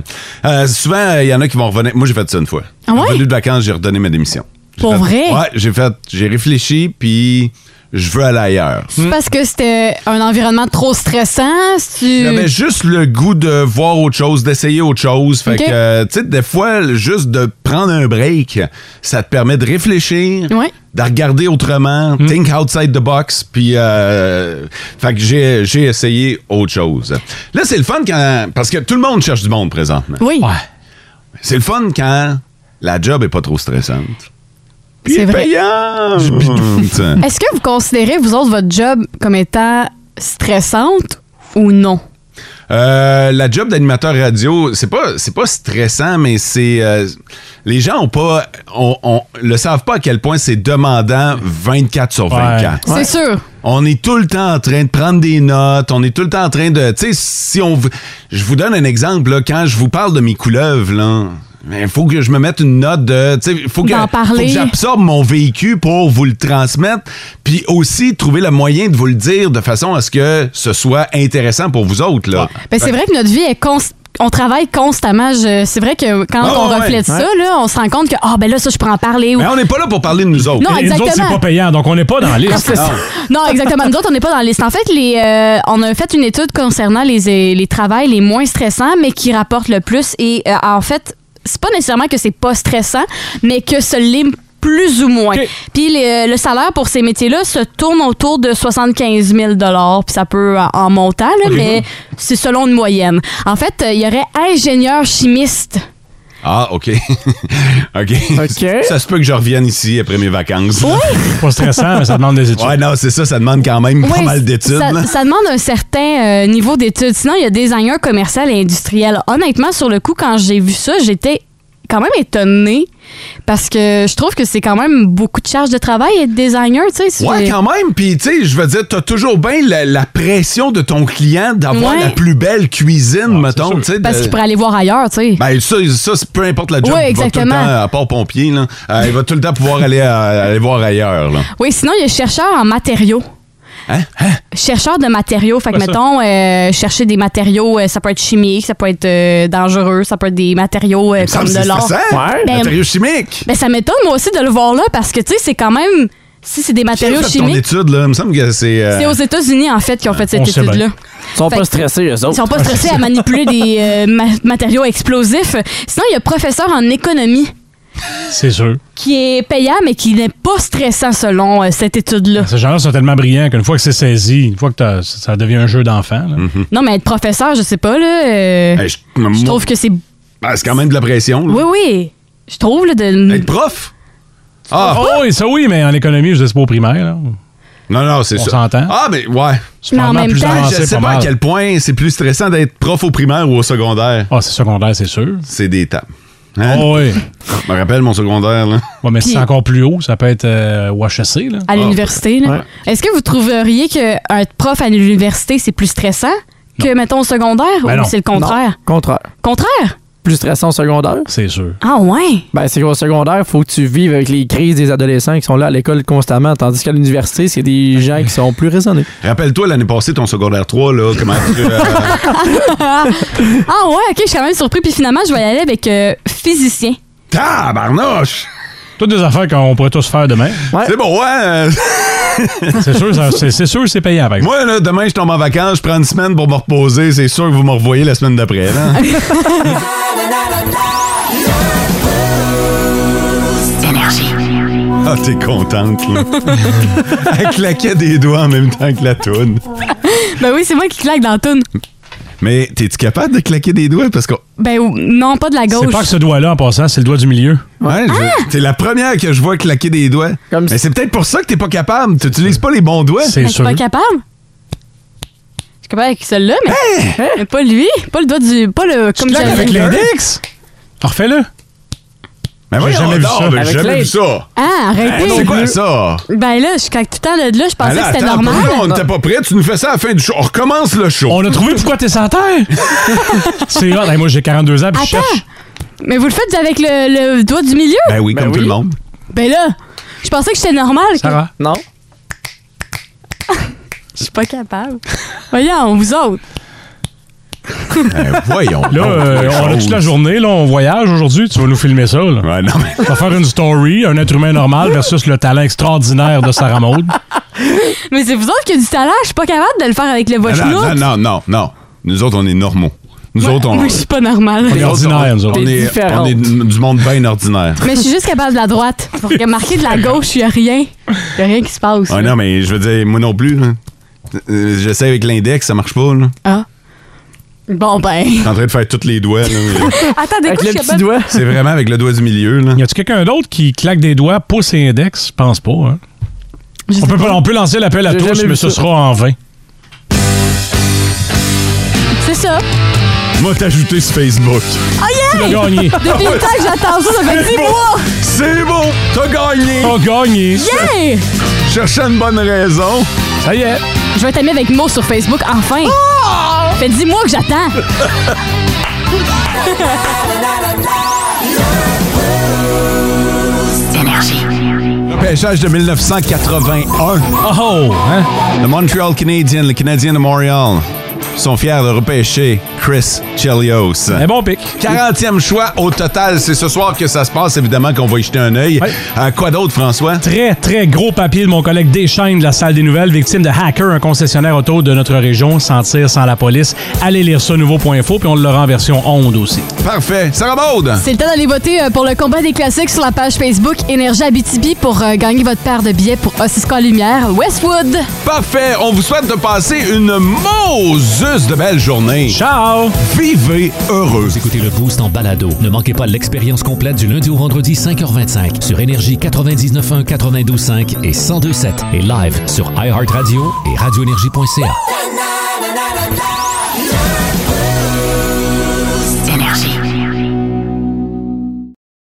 [SPEAKER 5] Euh, souvent, euh, il y en a qui vont revenir. Moi, j'ai fait ça une fois.
[SPEAKER 7] Ah ouais?
[SPEAKER 5] Revenu de vacances, j'ai redonné ma démission. J'ai
[SPEAKER 7] Pour
[SPEAKER 5] fait-
[SPEAKER 7] vrai?
[SPEAKER 5] Ouais, j'ai fait. J'ai réfléchi, puis je veux aller ailleurs.
[SPEAKER 7] C'est parce que c'était un environnement trop stressant? si Tu...
[SPEAKER 5] J'avais juste le goût de voir autre chose, d'essayer autre chose. Fait
[SPEAKER 7] Ok.
[SPEAKER 5] que, euh, tu sais, des fois, le- juste de prendre un break, ça te permet de réfléchir, de regarder autrement,
[SPEAKER 7] Mm.
[SPEAKER 5] think outside the box, puis... euh, fait que j'ai, j'ai essayé autre chose. Là, c'est le fun quand... Parce que tout le monde cherche du monde présentement.
[SPEAKER 7] Oui.
[SPEAKER 5] C'est le fun quand la job est pas trop stressante.
[SPEAKER 7] C'est vrai.
[SPEAKER 5] Payante.
[SPEAKER 7] Est-ce que vous considérez, vous autres, votre job comme étant stressante ou non?
[SPEAKER 5] Euh, la job d'animateur radio, c'est pas c'est pas stressant, mais c'est euh, les gens ont pas on, on- le savent pas à quel point c'est demandant 24 sur 24.
[SPEAKER 7] C'est sûr.
[SPEAKER 5] On est tout le temps en train de prendre des notes, on est tout le temps en train de tu sais si on v- je vous donne un exemple là, quand je vous parle de mes couleuvres là, Mais il faut que je me mette une note de. Il faut que,
[SPEAKER 7] D'en
[SPEAKER 5] faut
[SPEAKER 7] parler.
[SPEAKER 5] que j'absorbe mon vécu pour vous le transmettre. Puis aussi, trouver le moyen de vous le dire de façon à ce que ce soit intéressant pour vous autres. Là.
[SPEAKER 7] Ben, c'est vrai que notre vie est const- On travaille constamment. Je- C'est vrai que quand
[SPEAKER 5] Ouais,
[SPEAKER 7] on
[SPEAKER 5] ouais,
[SPEAKER 7] reflète
[SPEAKER 5] ouais.
[SPEAKER 7] ça,
[SPEAKER 5] Ouais.
[SPEAKER 7] là, on se rend compte que ah ben là ça je prends en parler. ou-
[SPEAKER 5] Mais on n'est pas là pour parler de nous autres.
[SPEAKER 7] Non,
[SPEAKER 6] Et nous autres, c'est
[SPEAKER 7] exactement.
[SPEAKER 6] pas payant, donc on n'est pas dans la liste.
[SPEAKER 7] Non. Non, exactement. Nous autres, on n'est pas dans la liste. En fait, les, euh, on a fait une étude concernant les, euh, les travails les moins stressants, mais qui rapportent le plus. Et euh, en fait, c'est pas nécessairement que c'est pas stressant, mais que ce l'est plus ou moins. Puis euh, le, le salaire pour ces métiers-là se tourne autour de 75 000 puis ça peut en, en montant, là,
[SPEAKER 5] Ok.
[SPEAKER 7] mais c'est selon une moyenne. En fait, euh, il y aurait ingénieur chimiste.
[SPEAKER 5] Ah, OK. OK. Ça se peut que je revienne ici après mes vacances.
[SPEAKER 6] Pas stressant, mais ça demande des études.
[SPEAKER 5] Ouais, non, c'est ça, ça demande quand même pas
[SPEAKER 7] Oui,
[SPEAKER 5] mal d'études. là.
[SPEAKER 7] Ça, ça demande un certain euh, niveau d'études. Sinon, il y a designer commercial et industriel. Honnêtement, sur le coup, quand j'ai vu ça, j'étais quand même étonnée parce que je trouve que c'est quand même beaucoup de charges de travail être designer, tu sais.
[SPEAKER 5] Ouais,
[SPEAKER 7] c'est-
[SPEAKER 5] quand même. Puis, tu sais, je veux dire, t'as toujours bien la, la pression de ton client d'avoir
[SPEAKER 7] Ouais.
[SPEAKER 5] la plus belle cuisine, mettons. tu sais,
[SPEAKER 7] Parce
[SPEAKER 5] de-
[SPEAKER 7] qu'il pourrait aller voir ailleurs, tu sais.
[SPEAKER 5] euh, Ben, ça, ça c'est- peu importe la job,
[SPEAKER 7] Ouais,
[SPEAKER 5] il va tout le
[SPEAKER 7] exactement.
[SPEAKER 5] temps, à part pompier, là, euh, il va tout le temps pouvoir aller, euh, aller voir ailleurs. Là.
[SPEAKER 7] Oui, sinon, il y a chercheur en matériaux.
[SPEAKER 5] Hein?
[SPEAKER 7] Chercheur de matériaux. Fait que,
[SPEAKER 5] Quoi ça?
[SPEAKER 7] mettons, euh, chercher des matériaux, euh, ça peut être chimique, ça peut être euh, dangereux, ça peut être des matériaux euh,
[SPEAKER 5] Il me semble
[SPEAKER 7] comme
[SPEAKER 5] que
[SPEAKER 7] de
[SPEAKER 5] c'est
[SPEAKER 7] l'or.
[SPEAKER 5] stressant. Ouais,
[SPEAKER 7] Ben,
[SPEAKER 5] matériaux chimiques.
[SPEAKER 7] Ben, ça m'étonne, moi aussi, de le voir là, parce que, tu sais, c'est quand même. Si c'est des matériaux
[SPEAKER 5] Qui a fait ton
[SPEAKER 7] chimiques.
[SPEAKER 5] étude, là, il me semble que c'est... euh,
[SPEAKER 7] C'est aux États-Unis, en fait, qui ont fait cette
[SPEAKER 5] on sait
[SPEAKER 7] étude-là.
[SPEAKER 5] bien. Ils sont pas
[SPEAKER 7] que-
[SPEAKER 5] stressés, eux autres.
[SPEAKER 7] Ils sont pas stressés à manipuler des euh, ma- matériaux explosifs. Sinon, il y a professeur en économie
[SPEAKER 6] C'est sûr.
[SPEAKER 7] qui est payant, mais qui n'est pas stressant selon euh, cette étude-là.
[SPEAKER 6] Ces gens-là sont tellement brillants qu'une fois que c'est saisi, une fois que t'as- ça devient un jeu d'enfant. là.
[SPEAKER 5] Mhm.
[SPEAKER 7] Non, mais être professeur, je sais pas, là. euh,
[SPEAKER 5] Ben, je,
[SPEAKER 7] je trouve que c'est.
[SPEAKER 5] Ben, c'est quand même de la pression. là.
[SPEAKER 7] Oui, oui. Je trouve, là, de.
[SPEAKER 5] Être prof?
[SPEAKER 6] Ah oui, ça oui, mais en économie, je dis c'est pas au primaire. là.
[SPEAKER 5] Non, non, c'est
[SPEAKER 6] On
[SPEAKER 5] ça.
[SPEAKER 6] s'entend. Ah,
[SPEAKER 5] Ah, mais ouais.
[SPEAKER 7] Mais en même temps-
[SPEAKER 5] je sais
[SPEAKER 6] pas
[SPEAKER 5] pas, à
[SPEAKER 6] mal.
[SPEAKER 5] quel point c'est plus stressant d'être prof au primaire ou au secondaire.
[SPEAKER 6] Ah, c'est secondaire, c'est sûr.
[SPEAKER 5] C'est des tables. Hein?
[SPEAKER 6] Ah oui.
[SPEAKER 5] Je me rappelle mon secondaire, là.
[SPEAKER 6] Ouais, mais
[SPEAKER 7] Puis-
[SPEAKER 6] c'est encore plus haut, ça peut être euh, au HEC. Là.
[SPEAKER 5] Ah.
[SPEAKER 7] À l'université, là.
[SPEAKER 6] Ouais.
[SPEAKER 7] Est-ce que vous trouveriez qu'un prof à l'université, c'est plus stressant que, mettons, au secondaire?
[SPEAKER 8] Ben
[SPEAKER 7] ou
[SPEAKER 8] non.
[SPEAKER 7] c'est le contraire?
[SPEAKER 8] Non, contraire.
[SPEAKER 7] Contraire?
[SPEAKER 8] Plus stressant au secondaire.
[SPEAKER 6] C'est sûr.
[SPEAKER 7] Ah, ouais.
[SPEAKER 8] Ben, c'est qu'au secondaire, faut que tu vives avec les crises des adolescents qui sont là à l'école constamment, tandis qu'à l'université, c'est des gens qui sont plus raisonnés.
[SPEAKER 5] Rappelle-toi l'année passée, ton secondaire 3, là, comment tu... euh,
[SPEAKER 7] ah ouais, ok, je suis quand même surpris. Puis finalement, je vais y aller avec euh, physicien.
[SPEAKER 5] Tabarnouche!
[SPEAKER 6] Toutes des affaires qu'on pourrait tous faire demain.
[SPEAKER 5] C'est hein? bon, ouais!
[SPEAKER 6] c'est sûr, ça- c'est c'est sûr, c'est payant, par exemple.
[SPEAKER 5] Moi, là, demain, je tombe en vacances, je prends une semaine pour me reposer. C'est sûr que vous me revoyez la semaine d'après. là.
[SPEAKER 4] Énergie.
[SPEAKER 5] Ah, t'es contente, là. Elle claquait des doigts en même temps que la toune.
[SPEAKER 7] Ben oui, c'est moi qui claque dans la toune.
[SPEAKER 5] Mais t'es-tu capable de claquer des doigts? Parce que...
[SPEAKER 7] Ben ou- non, pas de la
[SPEAKER 6] C'est
[SPEAKER 7] gauche.
[SPEAKER 6] pas que ce doigt-là, en passant, c'est le doigt du milieu.
[SPEAKER 5] Ouais, je-
[SPEAKER 6] ah!
[SPEAKER 5] t'es la première que je vois claquer des doigts. Mais c'est peut-être pour ça que t'es pas capable. Tu utilises pas les bons doigts.
[SPEAKER 7] Ben, Je suis pas capable. Je suis capable avec celui-là, mais, mais pas lui. Pas le doigt du. Pas le. Comme
[SPEAKER 6] claques
[SPEAKER 7] j'avais-
[SPEAKER 6] avec l'index? Refais-le.
[SPEAKER 5] Mais
[SPEAKER 6] J'ai jamais vu ça.
[SPEAKER 5] J'ai jamais vu ça.
[SPEAKER 7] Ah, arrêtez.
[SPEAKER 5] Ben, c'est quoi ça?
[SPEAKER 7] Ben là, je claque tout le temps de là. Je pensais
[SPEAKER 5] Ah, là,
[SPEAKER 7] que c'était
[SPEAKER 5] attends,
[SPEAKER 7] normal.
[SPEAKER 5] pourquoi on n'était pas prêt. Tu nous fais ça à la fin du show. On recommence le show.
[SPEAKER 6] On a trouvé pourquoi t'es sans terre. c'est hot. Hey, moi, j'ai 42 ans, puis je cherche.
[SPEAKER 7] Mais vous le faites avec le, le doigt du milieu?
[SPEAKER 5] Ben oui, comme tout le monde.
[SPEAKER 7] Ben là, je pensais que c'était normal. que-
[SPEAKER 6] Sarah?
[SPEAKER 8] Non.
[SPEAKER 7] Je suis pas capable. Voyons, vous autres.
[SPEAKER 5] Ben voyons.
[SPEAKER 6] Là,
[SPEAKER 5] donc,
[SPEAKER 6] euh,
[SPEAKER 5] les
[SPEAKER 6] on a toute
[SPEAKER 5] choses.
[SPEAKER 6] la journée, là, on voyage aujourd'hui. Tu vas nous filmer ça, là.
[SPEAKER 5] Ouais, non, mais.
[SPEAKER 6] On va faire une story, un être humain normal versus le talent extraordinaire de Sarah Maud.
[SPEAKER 7] Mais c'est vous autres qui avez du talent. Je suis pas capable de le faire avec le
[SPEAKER 5] Non,
[SPEAKER 7] voice
[SPEAKER 5] Ben non, non, non, non, non. Nous autres, on est normaux. Nous autres, on.
[SPEAKER 7] Moi, je suis pas normale.
[SPEAKER 5] Nous autres, on- on
[SPEAKER 7] T'es
[SPEAKER 5] est-
[SPEAKER 7] différente.
[SPEAKER 5] on est du monde bien ordinaire.
[SPEAKER 7] Mais je suis juste capable de la droite. Pour remarquer de la gauche, il n'y a rien. Il n'y a rien qui se passe.
[SPEAKER 5] Ah non, mais je veux dire, moi non plus. là. Euh, J'essaie avec l'index, ça marche pas. Là.
[SPEAKER 7] Ah. Bon, ben.
[SPEAKER 5] Je suis en train de faire tous les doigts. là, mais-
[SPEAKER 7] Attendez, écoute, je suis capable-
[SPEAKER 5] C'est vraiment avec le doigt du milieu. Là.
[SPEAKER 6] Y a-tu quelqu'un d'autre qui claque des doigts, pouce et index? Je pense pas, hein. On peut, pas- on peut lancer l'appel à
[SPEAKER 7] J'ai
[SPEAKER 6] tous,
[SPEAKER 7] jamais
[SPEAKER 6] mais
[SPEAKER 7] vu
[SPEAKER 6] ce
[SPEAKER 7] ça.
[SPEAKER 6] sera en vain.
[SPEAKER 7] C'est ça.
[SPEAKER 5] Moi, t'ajouter sur Facebook.
[SPEAKER 7] Oh yeah!
[SPEAKER 5] Tu l'as gagné.
[SPEAKER 7] Depuis le temps que j'attends ça, ça fait
[SPEAKER 5] C'est
[SPEAKER 7] 10
[SPEAKER 5] beau.
[SPEAKER 7] mois!
[SPEAKER 5] C'est bon! T'as gagné!
[SPEAKER 7] Oh.
[SPEAKER 6] T'as gagné!
[SPEAKER 7] Yeah!
[SPEAKER 5] Cherchais une bonne raison.
[SPEAKER 6] Ça y est!
[SPEAKER 7] Je vais t'aimer avec Mo sur Facebook, enfin! Oh! Ça fait 10 mois que j'attends!
[SPEAKER 5] Pêchage de 1981. Oh! Hein? Le Montreal Canadien, le Canadien de Montréal, sont fiers de repêcher Chris Chelios. Un
[SPEAKER 6] bon pic.
[SPEAKER 5] 40e choix au total. C'est ce soir que ça se passe. Évidemment qu'on va y jeter un œil. Euh, quoi d'autre, François?
[SPEAKER 6] Très, très gros papier de mon collègue Deschaines de la salle des nouvelles, victime de hacker, un concessionnaire auto de notre région, sans tir, sans la police. Allez lire ça, nouveau.info, puis on l'aura en version onde aussi.
[SPEAKER 5] Parfait. Sarah Maud!
[SPEAKER 7] C'est le temps d'aller voter euh, pour le combat des classiques sur la page Facebook Énergie Abitibi pour euh, gagner votre paire de billets pour Ossisco en Lumière Westwood.
[SPEAKER 5] Parfait. On vous souhaite de passer une Moses de belle journée.
[SPEAKER 6] Ciao!
[SPEAKER 5] Vivez heureux.
[SPEAKER 3] Écoutez le Boost en balado. Ne manquez pas l'expérience complète du lundi au vendredi 5h25 sur Énergie 99.1, 92.5 et 102.7 et live sur iHeartRadio et radioénergie.ca.